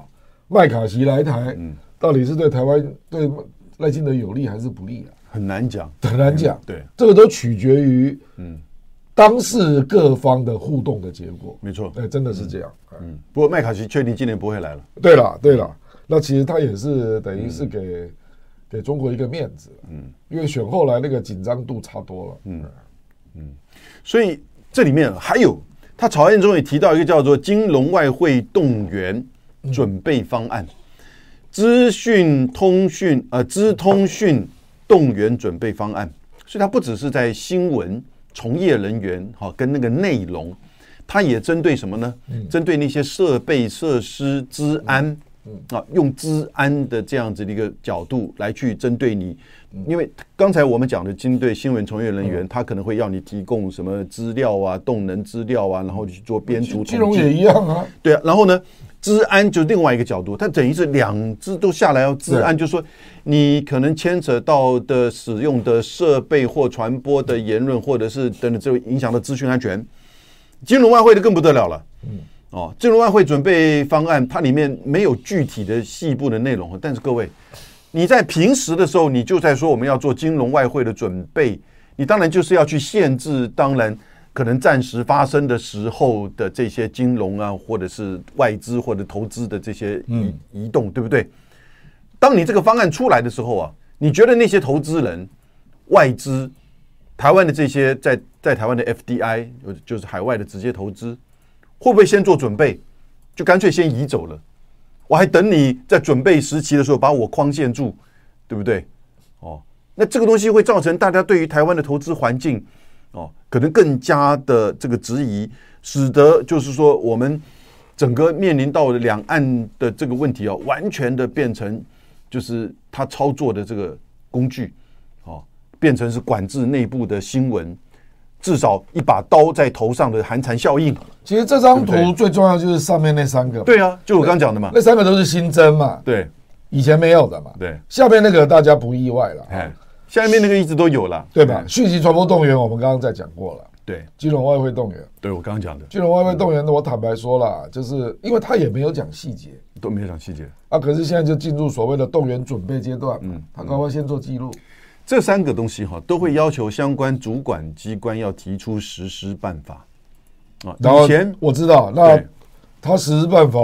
D: 麦卡锡来台，到底是对台湾对赖清德有利还是不利啊？
B: 很难讲，
D: 很难讲。
B: 嗯对，
D: 这个都取决于嗯当事各方的互动的结果。
B: 没错
D: 对，真的是这样。嗯，
B: 嗯，不过麦卡锡确定今年不会来了，
D: 对了，对了，那其实他也是等于是给、给中国一个面子。嗯，因为选后来那个紧张度差多了。嗯，
B: 所以这里面还有他草案中也提到一个叫做“金融外汇动员准备方案”，资讯通讯呃资通讯动员准备方案，所以它不只是在新闻从业人员哈、跟那个内容，它也针对什么呢？
D: 嗯
B: 针对那些设备设施治安。
D: 嗯
B: 啊，用治安的这样子的一个角度来去针对你，
D: 嗯
B: 因为刚才我们讲的针对新闻从业人员，他可能会要你提供什么资料啊、动能资料啊，然后去做编除。
D: 嗯金融也一样啊。
B: 对啊，然后呢，治安就另外一个角度，它等于是两只都下来要哦治安，就是说你可能牵扯到的使用的设备或传播的言论，或者是等等，这会影响到资讯安全。金融外汇的更不得了了。嗯，哦，金融外汇准备方案它里面没有具体的细部的内容，但是各位，你在平时的时候你就在说我们要做金融外汇的准备，你当然就是要去限制，当然可能暂时发生的时候的这些金融啊，或者是外资或者投资的这些移移动，对不对？当你这个方案出来的时候啊，你觉得那些投资人、外资、台湾的这些在在台湾的 FDI，呃就是海外的直接投资，会不会先做准备，就干脆先移走了？我还等你在准备时期的时候把我框限住，对不对？哦，那这个东西会造成大家对于台湾的投资环境，哦，可能更加的这个质疑，使得就是说我们整个面临到的两岸的这个问题啊、哦，完全的变成就是他操作的这个工具，哦，变成是管制内部的新闻，至少一把刀在头上的寒蝉效应。
D: 其实这张
B: 对不
D: 图
B: 对
D: 最重要就是上面那三个，，
B: 对啊，就我刚讲的嘛，
D: 那三个都是新增嘛，
B: 对
D: 以前没有的嘛。
B: 对，
D: 下面那个大家不意外了，
B: 哎，下面那个一直都有了，
D: 对吧？讯息传播动员我们刚刚在讲过了，
B: 对，
D: 金融外汇动员，
B: 对我刚刚讲的
D: 金融外汇动员，我坦白说了，就是因为他也没有讲细节。
B: 都没有讲细节。
D: 啊，可是现在就进入所谓的动员准备阶段
B: 嗯
D: 嘛，他赶快先做记录。
B: 这三个东西哈，都会要求相关主管机关要提出实施办法啊。
D: 然后
B: 以前
D: 我知道，那
B: 对
D: 他实施办法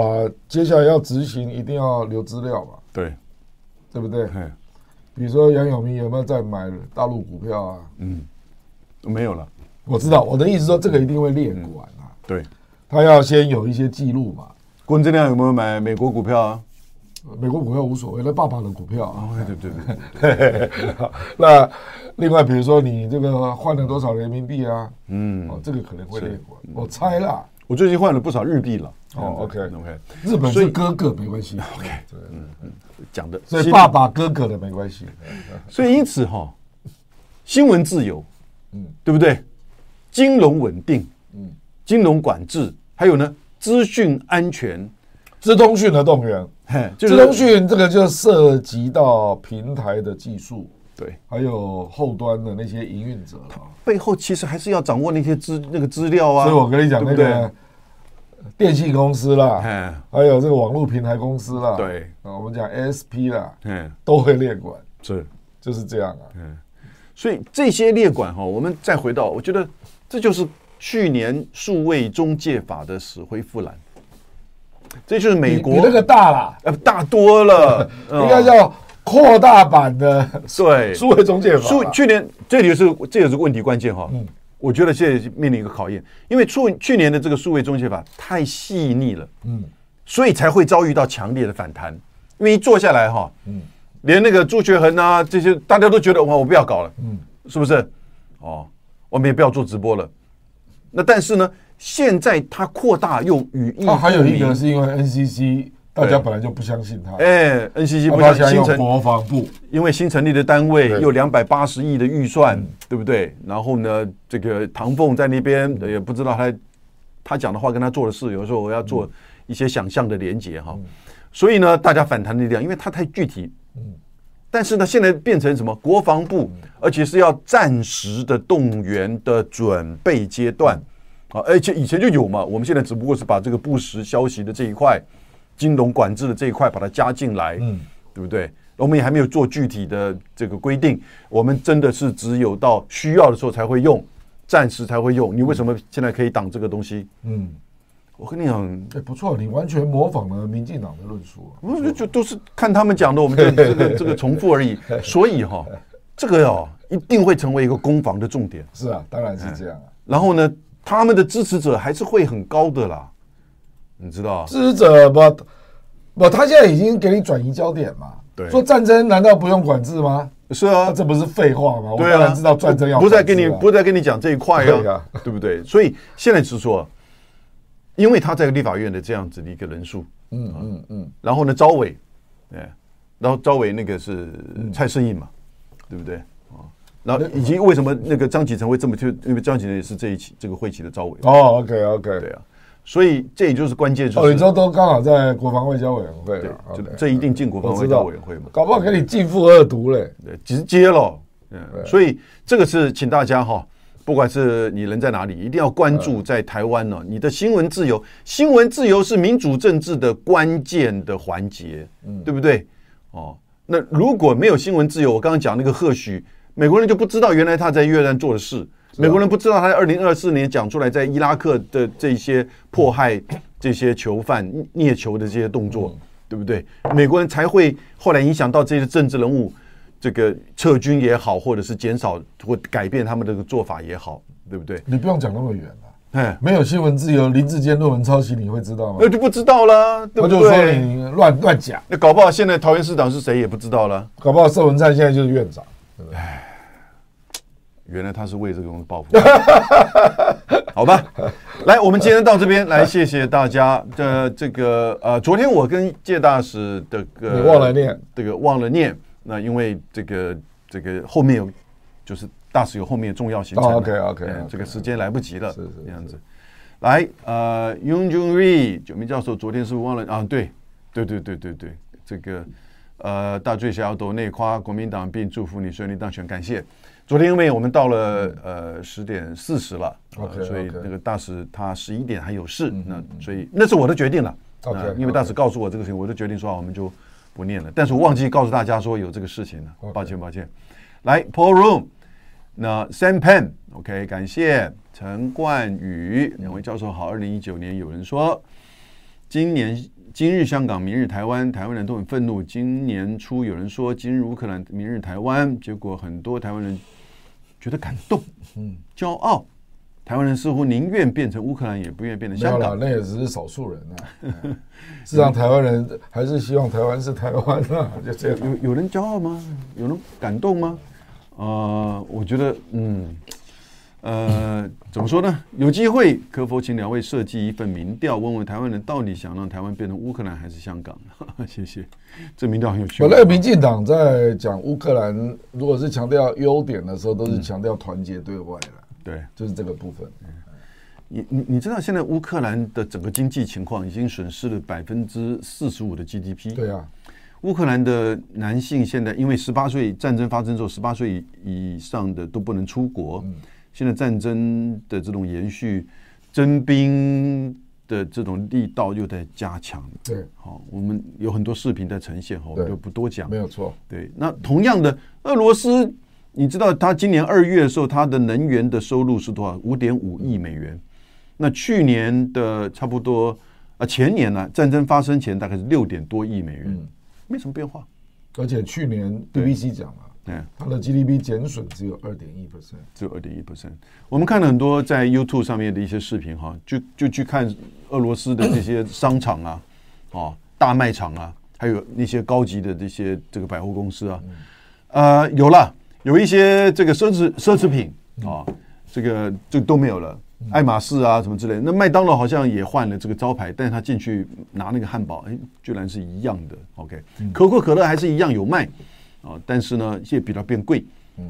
D: 接下来要执行，一定要留资料嘛，
B: 对，
D: 对不对？
B: 哎，
D: 比如说杨永明有没有在买大陆股票啊？
B: 没有了，
D: 我知道，我的意思说这个一定会列管啊，
B: 对。
D: 他要先有一些记录嘛。
B: 郭正亮有没有买美国股票啊？
D: 美国股票无所谓，那爸爸的股票啊。
B: 哦， <laughs> 对对对，
D: <laughs> 那另外，比如说你这个换了多少人民币啊？嗯，哦，这个可能会列管，我猜啦。
B: 我最近换了不少日币了。嗯
D: 哦，OK
B: OK，
D: 日本
B: 所以嗯
D: 是哥哥没关系，OK，
B: 讲的，
D: 所以爸爸哥哥的没关系。
B: 所以因此哈，新闻自由，嗯，对不对？金融稳定，嗯，金融管制，还有呢，资讯安全，
D: 资通讯的动员，
B: 嘿，
D: 资通讯这个就涉及到平台的技术，
B: 对
D: 还有后端的那些营运者了啊。
B: 背后其实还是要掌握那些资那个资料啊。
D: 所以我跟你讲，
B: 对不
D: 那
B: 对
D: 个电信公司啦，
B: 哎，
D: 还有这个网络平台公司啦，
B: 对
D: 啊，我们讲 ASP 啦，
B: 嗯，
D: 都会列管，
B: 是。
D: 就是这样啊。
B: 所以这些列管哈，我们再回到，我觉得这就是去年数位中介法的死灰复燃，这就是美
D: 比
B: 国
D: 那个大啦，
B: 呃大多了，嗯
D: <laughs> 应该叫扩大版的
B: 对
D: 数位中介
B: <laughs>
D: 法
B: 数
D: 啦。
B: 去年这里就是这也是个问题关键哈。我觉得现在面临一个考验，因为去去年的这个数位中介法太细腻了，嗯，所以才会遭遇到强烈的反弹。因为一做下来哈，嗯，连那个朱学恒啊这些大家都觉得哇，我不要搞了，嗯，是不是？哦，我们也不要做直播了。那但是呢，现在它扩大用语义，啊
D: 啊，还有一个是因为 NCC 大家本来就不相信他，啊
B: 哎，NCC
D: 他
B: 不
D: 把
B: 像
D: 他
B: 新
D: 用
B: 成，
D: 国防部，
B: 因为新成立的单位
D: 对
B: 有两百八十亿的预算，对不对？然后呢，这个唐凤在那边也不知道他他讲的话跟他做的事，有的时候我要做一些想象的连结哈。所以呢，大家反弹的力量，因为它太具体。但是呢，现在变成什么国防部，而且是要暂时的动员的准备阶段啊，而且以前就有嘛，我们现在只不过是把这个不实消息的这一块、金融管制的这一块把它加进来，嗯，对不对？我们也还没有做具体的这个规定，我们真的是只有到需要的时候才会用，暂时才会用。你为什么现在可以挡这个东西？
D: 嗯，
B: 我跟你讲，
D: 哎，不错，你完全模仿了民进党的论述啊，
B: 我就就都是看他们讲的，我们就这个这个重复而已。所以哈、这个哦一定会成为一个攻防的重点。
D: 是啊，当然是这样啊。
B: 然后呢，他们的支持者还是会很高的啦，你知道？
D: 支持者不不，他现在已经给你转移焦点嘛，
B: 对
D: 说战争难道不用管制吗？
B: 是
D: 那
B: 啊，
D: 这不是废话吗？我
B: 对
D: 当
B: 啊，
D: 然知道战争要
B: 不是在
D: 管制
B: 跟你
D: 啊
B: 不是在跟你讲这一块
D: 对
B: 啊
D: 啊，
B: 对不对？所以现在是说，因为他在立法院的这样子的一个人数，嗯嗯嗯，然后呢，招委，哎，然后招委那个是
D: 嗯
B: 蔡适应嘛，对不对？
D: 哦
B: 啊，然后以及为什么那个张启成会这么就因为张启成也是这一期这个会期的招委，
D: 哦，OK OK，
B: 对啊，所以这也就是关键，就
D: 哦，你
B: 是
D: 说都刚好在国防外交委员会
B: 对
D: 了，，
B: 就
D: OK
B: 这一定进国防
D: 我
B: 外
D: 知
B: 交
D: 道
B: 委员会嘛，
D: 搞不好给你进腹恶毒嘞。
B: 对，直接了。嗯，所以这个是请大家哈，不管是你人在哪里，一定要关注在台湾呢、你的新闻自由，新闻自由是民主政治的关键的环节，对不对？哦，那如果没有新闻自由，我刚刚讲那个赫胥，美国人就不知道原来他在越南做的事，
D: 啊
B: 美国人不知道他在二零二四年讲出来在伊拉克的这些迫害这些囚犯虐囚的这些动
D: 嗯
B: 作，对不对？美国人才会后来影响到这些政治人物，这个撤军也好，或者是减少或改变他们这个做法也好，对不对？
D: 你不用讲那么远了，
B: 哎，
D: 没有新闻自由，林志坚论文抄袭你会知道吗
B: 那？就不知道了，对
D: 他
B: 不
D: 就说
B: 对？
D: 你乱乱讲，
B: 那搞不好现在桃园市长是谁也不知道了，
D: 搞不好盛文灿现在就是院长，
B: 原来他是为这个东西报复。 <laughs> 好吧，来，我们今天到这边来，谢谢大家。这这个呃，昨天我跟介大使呃这个
D: 你忘了念，
B: 这个忘了念。那因为这个这个后面有就是大使有后面重要行程嘛、
D: 哦，OK，OK，OK
B: 哎这个时间来不及了，
D: 是是
B: 这样子。来，呃，Yun Jun Ri 九名教授昨天是不是忘了啊？对，对对对对对，这个呃，大醉小斗内夸国民党，并祝福你顺利当选，感谢。昨天因为我们到了呃十点四十了、呃
D: OK，OK
B: 所以那个大使他十一点还有事，那所以那是我的决定了。
D: 嗯 OK，
B: 呃因为大使告诉我这个事情，我就决定说啊，我们就不念了。但是我忘记告诉大家说有这个事情了，抱歉抱歉。来，Paul Room，那 Sam Pen，OK，、感谢陈冠宇两位教授好。二零一九年有人说，今年今日香港，明日台湾，台湾人都很愤怒。今年初有人说今日乌克兰，明日台湾，结果很多台湾人觉得感动，嗯，骄傲。台湾人似乎宁愿变成乌克兰，也不愿意变成
D: 没有
B: 香
D: 啦
B: 港，。
D: 那也只是少数人
B: <laughs>
D: 啊。嗯事实上，台湾人还是希望台湾是台湾啊，就
B: <laughs>
D: 这样。
B: 有有人骄傲吗？有人感动吗？呃，我觉得，嗯，呃，怎么说呢？有机会，可否请两位设计一份民调，问问台湾人到底想让台湾变成乌克兰还是香港？ <laughs> 谢谢，这民调很有趣。
D: 本来民进党在讲乌克兰，如果是强调优点的时候，都是强调团结对外了，
B: 对
D: 就是这个部分。
B: 嗯你，你你知道现在乌克兰的整个经济情况已经损失了百分之四十五的 GDP。
D: 对啊，
B: 乌克兰的男性现在因为十八岁战争发生之后，十八岁以上的都不能出国。
D: 嗯
B: 现在战争的这种延续，征兵的这种力道又在加强。
D: 对，
B: 好，我们有很多视频在呈现，哈，我们
D: 对
B: 就不多讲
D: 没。有错。
B: 对，那同样的，俄罗斯，你知道它今年二月的时候，它的能源的收入是多少？五点五亿美元。那去年的差不多啊、呃前年呢、战争发生前大概是六点多亿美元，没什么变化。
D: 而且去年 BBC 讲了，
B: 嗯，
D: 它的 GDP 减损只有二点一 percent。
B: 只有二点一 percent。我们看了很多在 YouTube 上面的一些视频哈，就就去看俄罗斯的这些商场啊，哦，大卖场啊，还有那些高级的这些这个百货公司啊，哦呃，有了，有一些这个奢侈奢侈品啊、这个就都没有了。爱马仕啊什么之类的。那麦当劳好像也换了这个招牌，但是他进去拿那个汉堡，哎，居然是一样的。OK，可口可乐还是一样有卖啊，但是呢也比较变贵，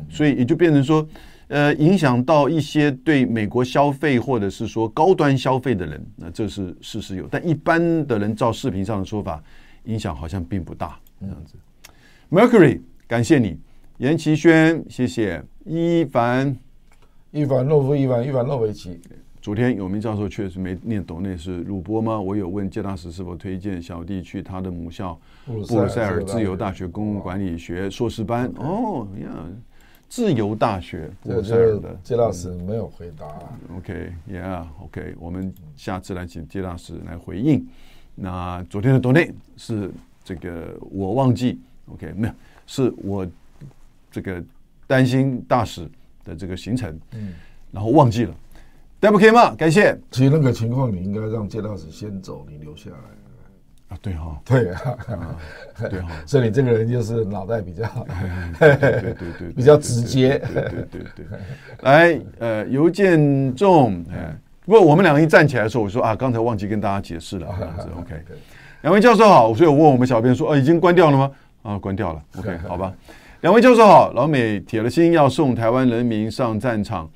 B: 所以也就变成说，呃，影响到一些对美国消费或者是说高端消费的人，那这是事实有，但一般的人照视频上的说法，影响好像并不大这样子。Mercury，感谢你，严奇轩，谢谢一凡。
D: 伊凡诺夫、伊凡、伊凡诺维奇，
B: 昨天有名教授确实没念懂，那是鲁波吗？我有问建大师是否推荐小弟去他的母校
D: 布鲁塞尔
B: 布鲁塞尔自由大学公共管理学硕士班。哦呀，自由大学布
D: 这
B: 鲁塞尔
D: 这
B: 的。
D: 杰老师没有回答。
B: OK，Yeah，OK，、我们下次来请杰大师来回应。那昨天的 Donate 是这个我忘记，OK，没有，是我这个担心大使的这个行程，嗯，然后忘记了。d e b k 嘛，感谢
D: 其实那个情况，你应该让杰老师先走，你留下来。
B: 啊，对哈、
D: 对啊，
B: 对哈、
D: <laughs> 所以你这个人就是脑袋比较
B: 对对对，
D: 比较直接
B: 对对对对。对来，呃，邮件中，哎，不过我们两个一站起来的时候，我说啊，刚才忘记跟大家解释了，这样子，OK。两位教授好，所以我问我们小编说，哦，已经关掉了吗？啊，关掉了，OK，好吧。两位教授好，老美铁了心要送台湾人民上战场。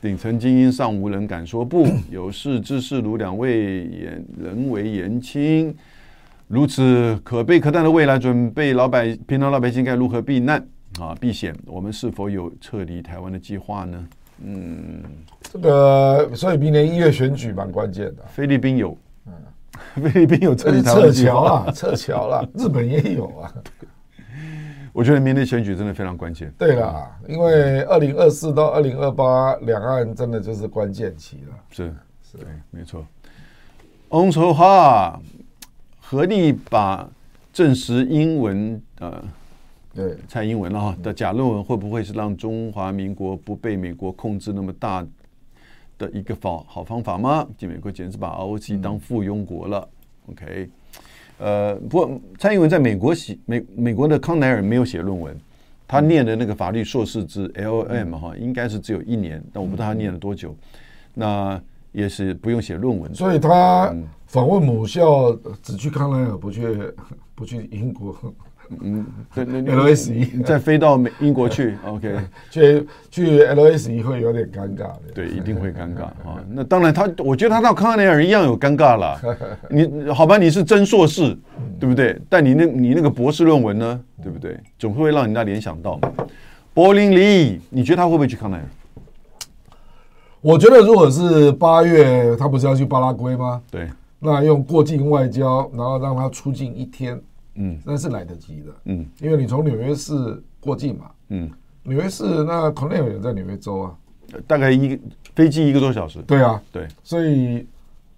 B: 顶层精英尚无人敢说不，有识之士如两位言人为言轻，如此可悲可叹的未来，准备老百平常老百姓该如何避难啊避险？我们是否有撤离台湾的计划呢？
D: 这个，所以明年一月选举蛮关键的。
B: 菲律宾有， <laughs> 菲律宾有撤
D: 这
B: 离
D: 是
B: 台湾
D: 嗯撤
B: 的计
D: 侨
B: 划。
D: 啦，撤侨啦，日本也有啊。
B: 我觉得明年选举真的非常关键。
D: 对啦，因为二零二四到二零二八，两岸真的就是关键期了。
B: 是，对，没错。翁愁哈，合力把证实英文呃
D: 对，
B: 蔡英文了哈的假论文会不会是让中华民国不被美国控制那么大的一个方好方法吗？就美国简直把 ROC 当附庸国了。OK，呃，不过蔡英文在美国写美美国的康奈尔没有写论文，他念的那个法律硕士之 LM 哈，应该是只有一年，但我不知道他念了多久。那也是不用写论文，
D: <laughs> 所以他访问母校，只去康奈尔，不去不去英国， <laughs> E
B: 对那
D: LSE
B: <laughs> 你再飞到美英国去，OK。
D: 去去 LSE 会有点尴尬的。 <laughs>
B: 对，一定会尴尬啊。那当然他，我觉得他到康奈尔一样有尴尬
D: <laughs>
B: 啦。你好吧，你是真硕士，对不对？但你那你那个博士论文呢，对不对？总会让人家联想到嘛。柏林黎，你觉得他会不会去康奈尔？
D: 我觉得如果是八月，他不是要去巴拉圭吗？
B: 对，
D: 那用过境外交，然后让他出境一天，
B: 嗯
D: 那是来得及的。
B: 嗯
D: 因为你从纽约市过境嘛，
B: 嗯，
D: 纽约市那 c o n n e l 在纽约州啊，
B: 大概一个飞机一个多小时。
D: 对啊，
B: 对，
D: 所以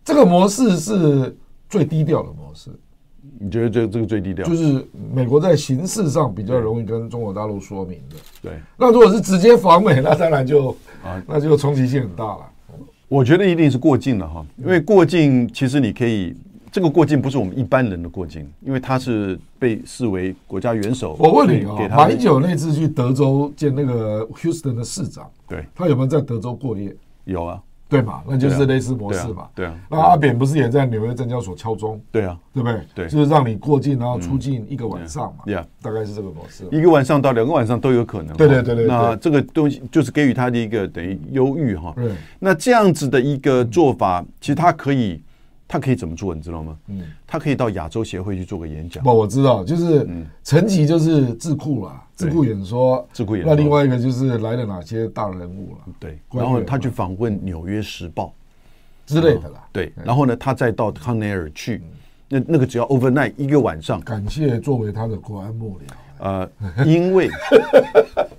D: 这个模式是最低调的模式，
B: 你觉得这这个最低调
D: 就？是美国在形式上比较容易跟中国大陆说明的。
B: 对，
D: 那如果是直接访美，那当然就
B: 啊
D: 那就冲击性很大了。
B: 我觉得一定是过境了哈，因为过境其实你可以。这个过境不是我们一般人的过境，因为他是被视为国家元首。
D: 我问你啊、
B: 给他的
D: 马英九那次去德州见那个 Houston 的市长，
B: 对
D: 他有没有在德州过夜？
B: 有啊，
D: 对嘛，那就是类似模式嘛。
B: 对啊对啊
D: 那阿扁不是也在纽约证交所敲钟，
B: 对啊，
D: 对不对？
B: 对嗯
D: 就是让你过境，然后出境一个晚上嘛。
B: Yeah
D: 大概是这个模式。
B: 一个晚上到两个晚上都有可能哈。
D: 对对对对对
B: 那这个东西就是给予他的一个等于忧郁哈
D: 对。
B: 那这样子的一个做法，其实他可以，他可以怎么做，你知道吗？嗯，他可以到亚洲协会去做个演讲
D: 不，。我知道，就是层级就是智库啦，智库演说，
B: 智库演说嗯
D: 那另外一个就是来了哪些大人物啦
B: 对，
D: 官
B: 然
D: 员
B: 后他去访问《纽约时报
D: 之类的啦》。。
B: 哦对，然后呢，他再到康奈尔去。
D: 嗯
B: 那那个只要 overnight 一个晚上，
D: 感谢作为他的国安幕僚，
B: 呃，因为 <laughs>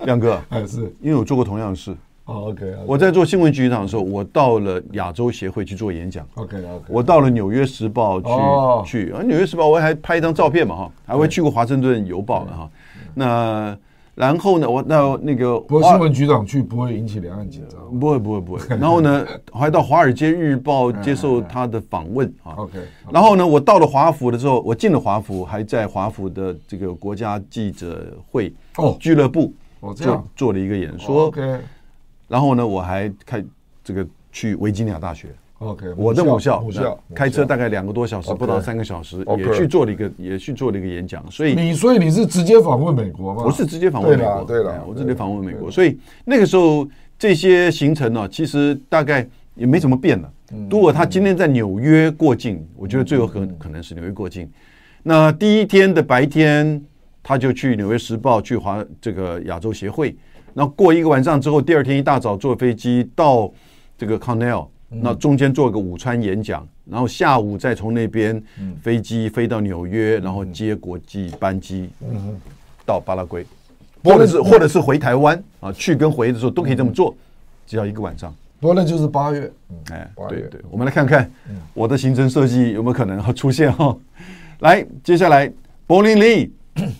B: 亮哥，
D: 哎是
B: 因为我做过同样的事，
D: 哦 OK，
B: 我在做新闻局局长的时候，我到了亚洲协会去做演讲。
D: OK OK，
B: 我到了《纽约时报》去、
D: 哦
B: 去，啊，《纽约时报》我还拍一张照片嘛哈，还会去过华盛顿邮报的哈。那然后呢，我那那个
D: 嗯不过
B: 华
D: 新闻局长去不会引起两岸紧张。
B: 不会不会不会，
D: <laughs>
B: 然后呢，还到《华尔街日
D: 嗯
B: 报》接受他的访问啊。
D: OK，
B: 然后呢，我到了华府的时候，我进了华府，还在华府的这个国家记者会
D: 哦
B: 俱乐部
D: 哦这
B: 做
D: 样哦
B: 做了一个演说。
D: OK，
B: 然后呢，我还开这个去维吉尼亚大学，
D: OK，
B: 我的母校，
D: 母校
B: 那开车大概两个多小时，
D: OK
B: 不到三个小时，
A: OK
B: 也去做了一个，也去做了一个演讲。所以
D: 你所以你是直接访问美国吗？
B: 我是直接访问美国，
D: 对了，对
B: 哎
D: 了，
B: 我直接访问美国。所以那个时候这些行程呢，其实大概也没怎么变了。
D: 嗯
B: 如果他今天在纽约过境，我觉得最有可可能是纽约过境。那第一天的白天，他就去《纽约时报》去华这个亚洲协会。那过一个晚上之后，第二天一大早坐飞机到这个 Cornell，那
D: 嗯
B: 中间做个午餐演讲，然后下午再从那边
D: 嗯
B: 飞机飞到纽约，然后接国际班机到巴拉圭，或者是或者是回台湾啊，去跟回的时候都可以这么做，
D: 嗯
B: 只要一个晚上。
D: 不过那就是八月，嗯
B: 哎，
D: 八
B: 对
D: 月
B: 对，我们来看看
D: 嗯
B: 我的行程设计有没有可能出现哈、 <laughs> 来，接下来柏林
D: <coughs>
B: 利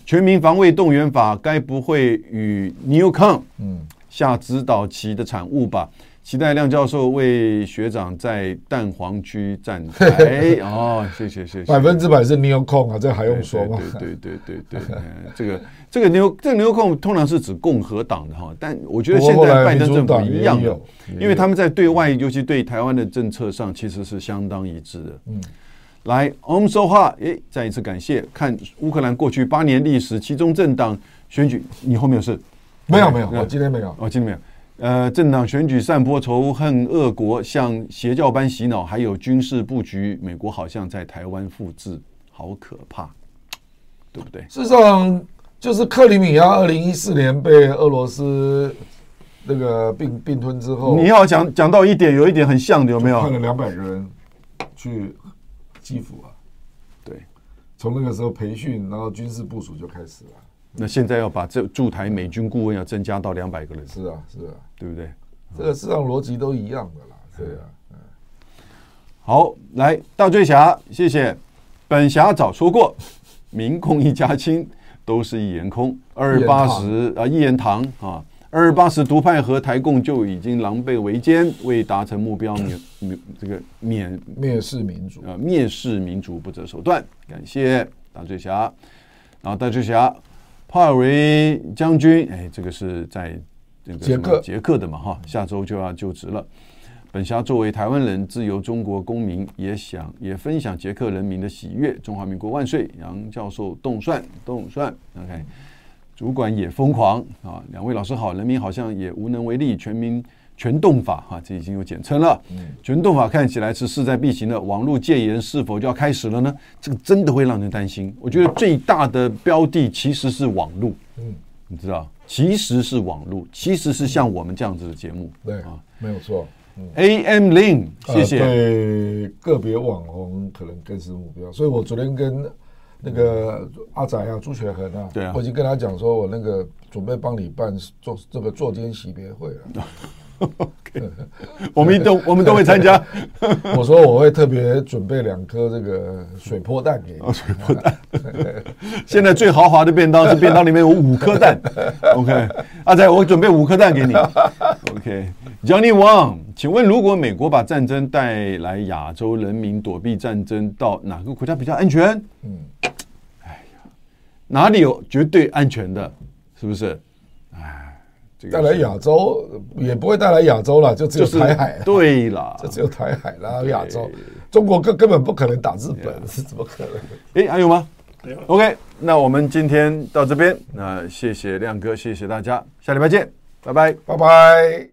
B: 全民防卫动员法该不会与 Newcom
D: 嗯
B: 下指导棋的产物吧？期待亮教授为学长在蛋黄区站
D: <laughs>
B: 台哦，谢谢谢谢，
D: 百分之百是 Neo 控啊，这还用
B: 对
D: 说吗？
B: 对对对对对对，嗯这个这个牛这个牛控通常是指共和党的哈，但我觉得
D: 不过
B: 现
D: 后来
B: 在拜登
D: 民主
B: 政府
D: 党
B: 一
D: 也
B: 样的
D: 有，也
B: 因为他们在对外，尤其对台湾的政策上，其实是相当一致的。嗯，来，Om So Ha，哎，再一次感谢。看乌克兰过去八年历史，其中政党选举，你后面有事？
D: <laughs> 没有没有，
B: 对
D: 我今天没有。
B: 哦，听到没有？呃，政党选举散播仇恨恶国，向邪教般洗脑，还有军事布局，美国好像在台湾复制，好可怕，对不对？
D: 事实上，就是克里米亚二零一四年被俄罗斯那个并并吞之后，
B: 你要讲讲到一点，有一点很像的，有没
D: 派了
B: 有？
D: 两百个人去基辅啊，
B: 对，
D: 从那个时候培训，然后军事部署就开始了。
B: 那现在要把这驻台美军顾问要增加到两百个人，
D: 是啊，是啊，
B: 对不对？
D: 这个事实上逻辑都一样的啦。
B: 嗯
D: 对啊，
B: 好，来大醉侠，谢谢。本侠早说过， <laughs> 民控一家亲都是一言空，二八十啊一言堂啊，二八十独派和台共就已经狼狈为奸，未达成目标免免这个免
D: 蔑视民主，
B: 呃蔑视民族不择手段。感谢大醉侠，然后大醉侠帕尔维将军，哎，这个是在这个
D: 捷克
B: 什么捷克的嘛哈，下周就要就职了。本侠作为台湾人、自由中国公民，也想也分享捷克人民的喜悦，中华民国万岁！杨教授动算动算，OK。主管也疯狂啊！两位老师好，人民好像也无能为力。全民全动法啊，这已经有简称了。
D: 嗯
B: 全动法看起来是势在必行的，网络戒严是否就要开始了呢？这个真的会让人担心。我觉得最大的标的其实是网络，
D: 嗯
B: 你知道，其实是网络，其实是像我们这样子的节目。
D: 对
B: 啊，
D: 没有错。
B: ，AM 零，谢谢。
D: 呃对个别网红可能更是目标，所以我昨天跟那个阿仔啊、朱雪恒啊，
B: 对啊
D: 我已经跟他讲说，我那个准备帮你办做这个坐监席别会了。 <laughs>
B: 我们都我们都会参
D: <laughs>
B: 加。
D: 我说我会特别准备两颗这个水波蛋给
B: 哦
D: 你。水波蛋，
B: 现在最豪华的便当是便当里面有五颗
D: <laughs>
B: 蛋。OK，阿仔，我准备五颗蛋给你。OK，Johnny Wang，请问如果美国把战争带来亚洲人民躲避战争，到哪个国家比较安全？嗯，哎呀，哪里有绝对安全的？是不是？哎，这
D: 带来亚洲也不会带来亚洲了，就只有
B: 就是
D: 台海啊啦。
B: 对啦
D: 就。只有台海啦，亚洲，中国根根本不可能打日本，是怎么可能？
B: 哎，还有吗？OK，那我们今天到这边，那谢谢亮哥，谢谢大家，下礼拜见，拜拜。
D: 拜拜。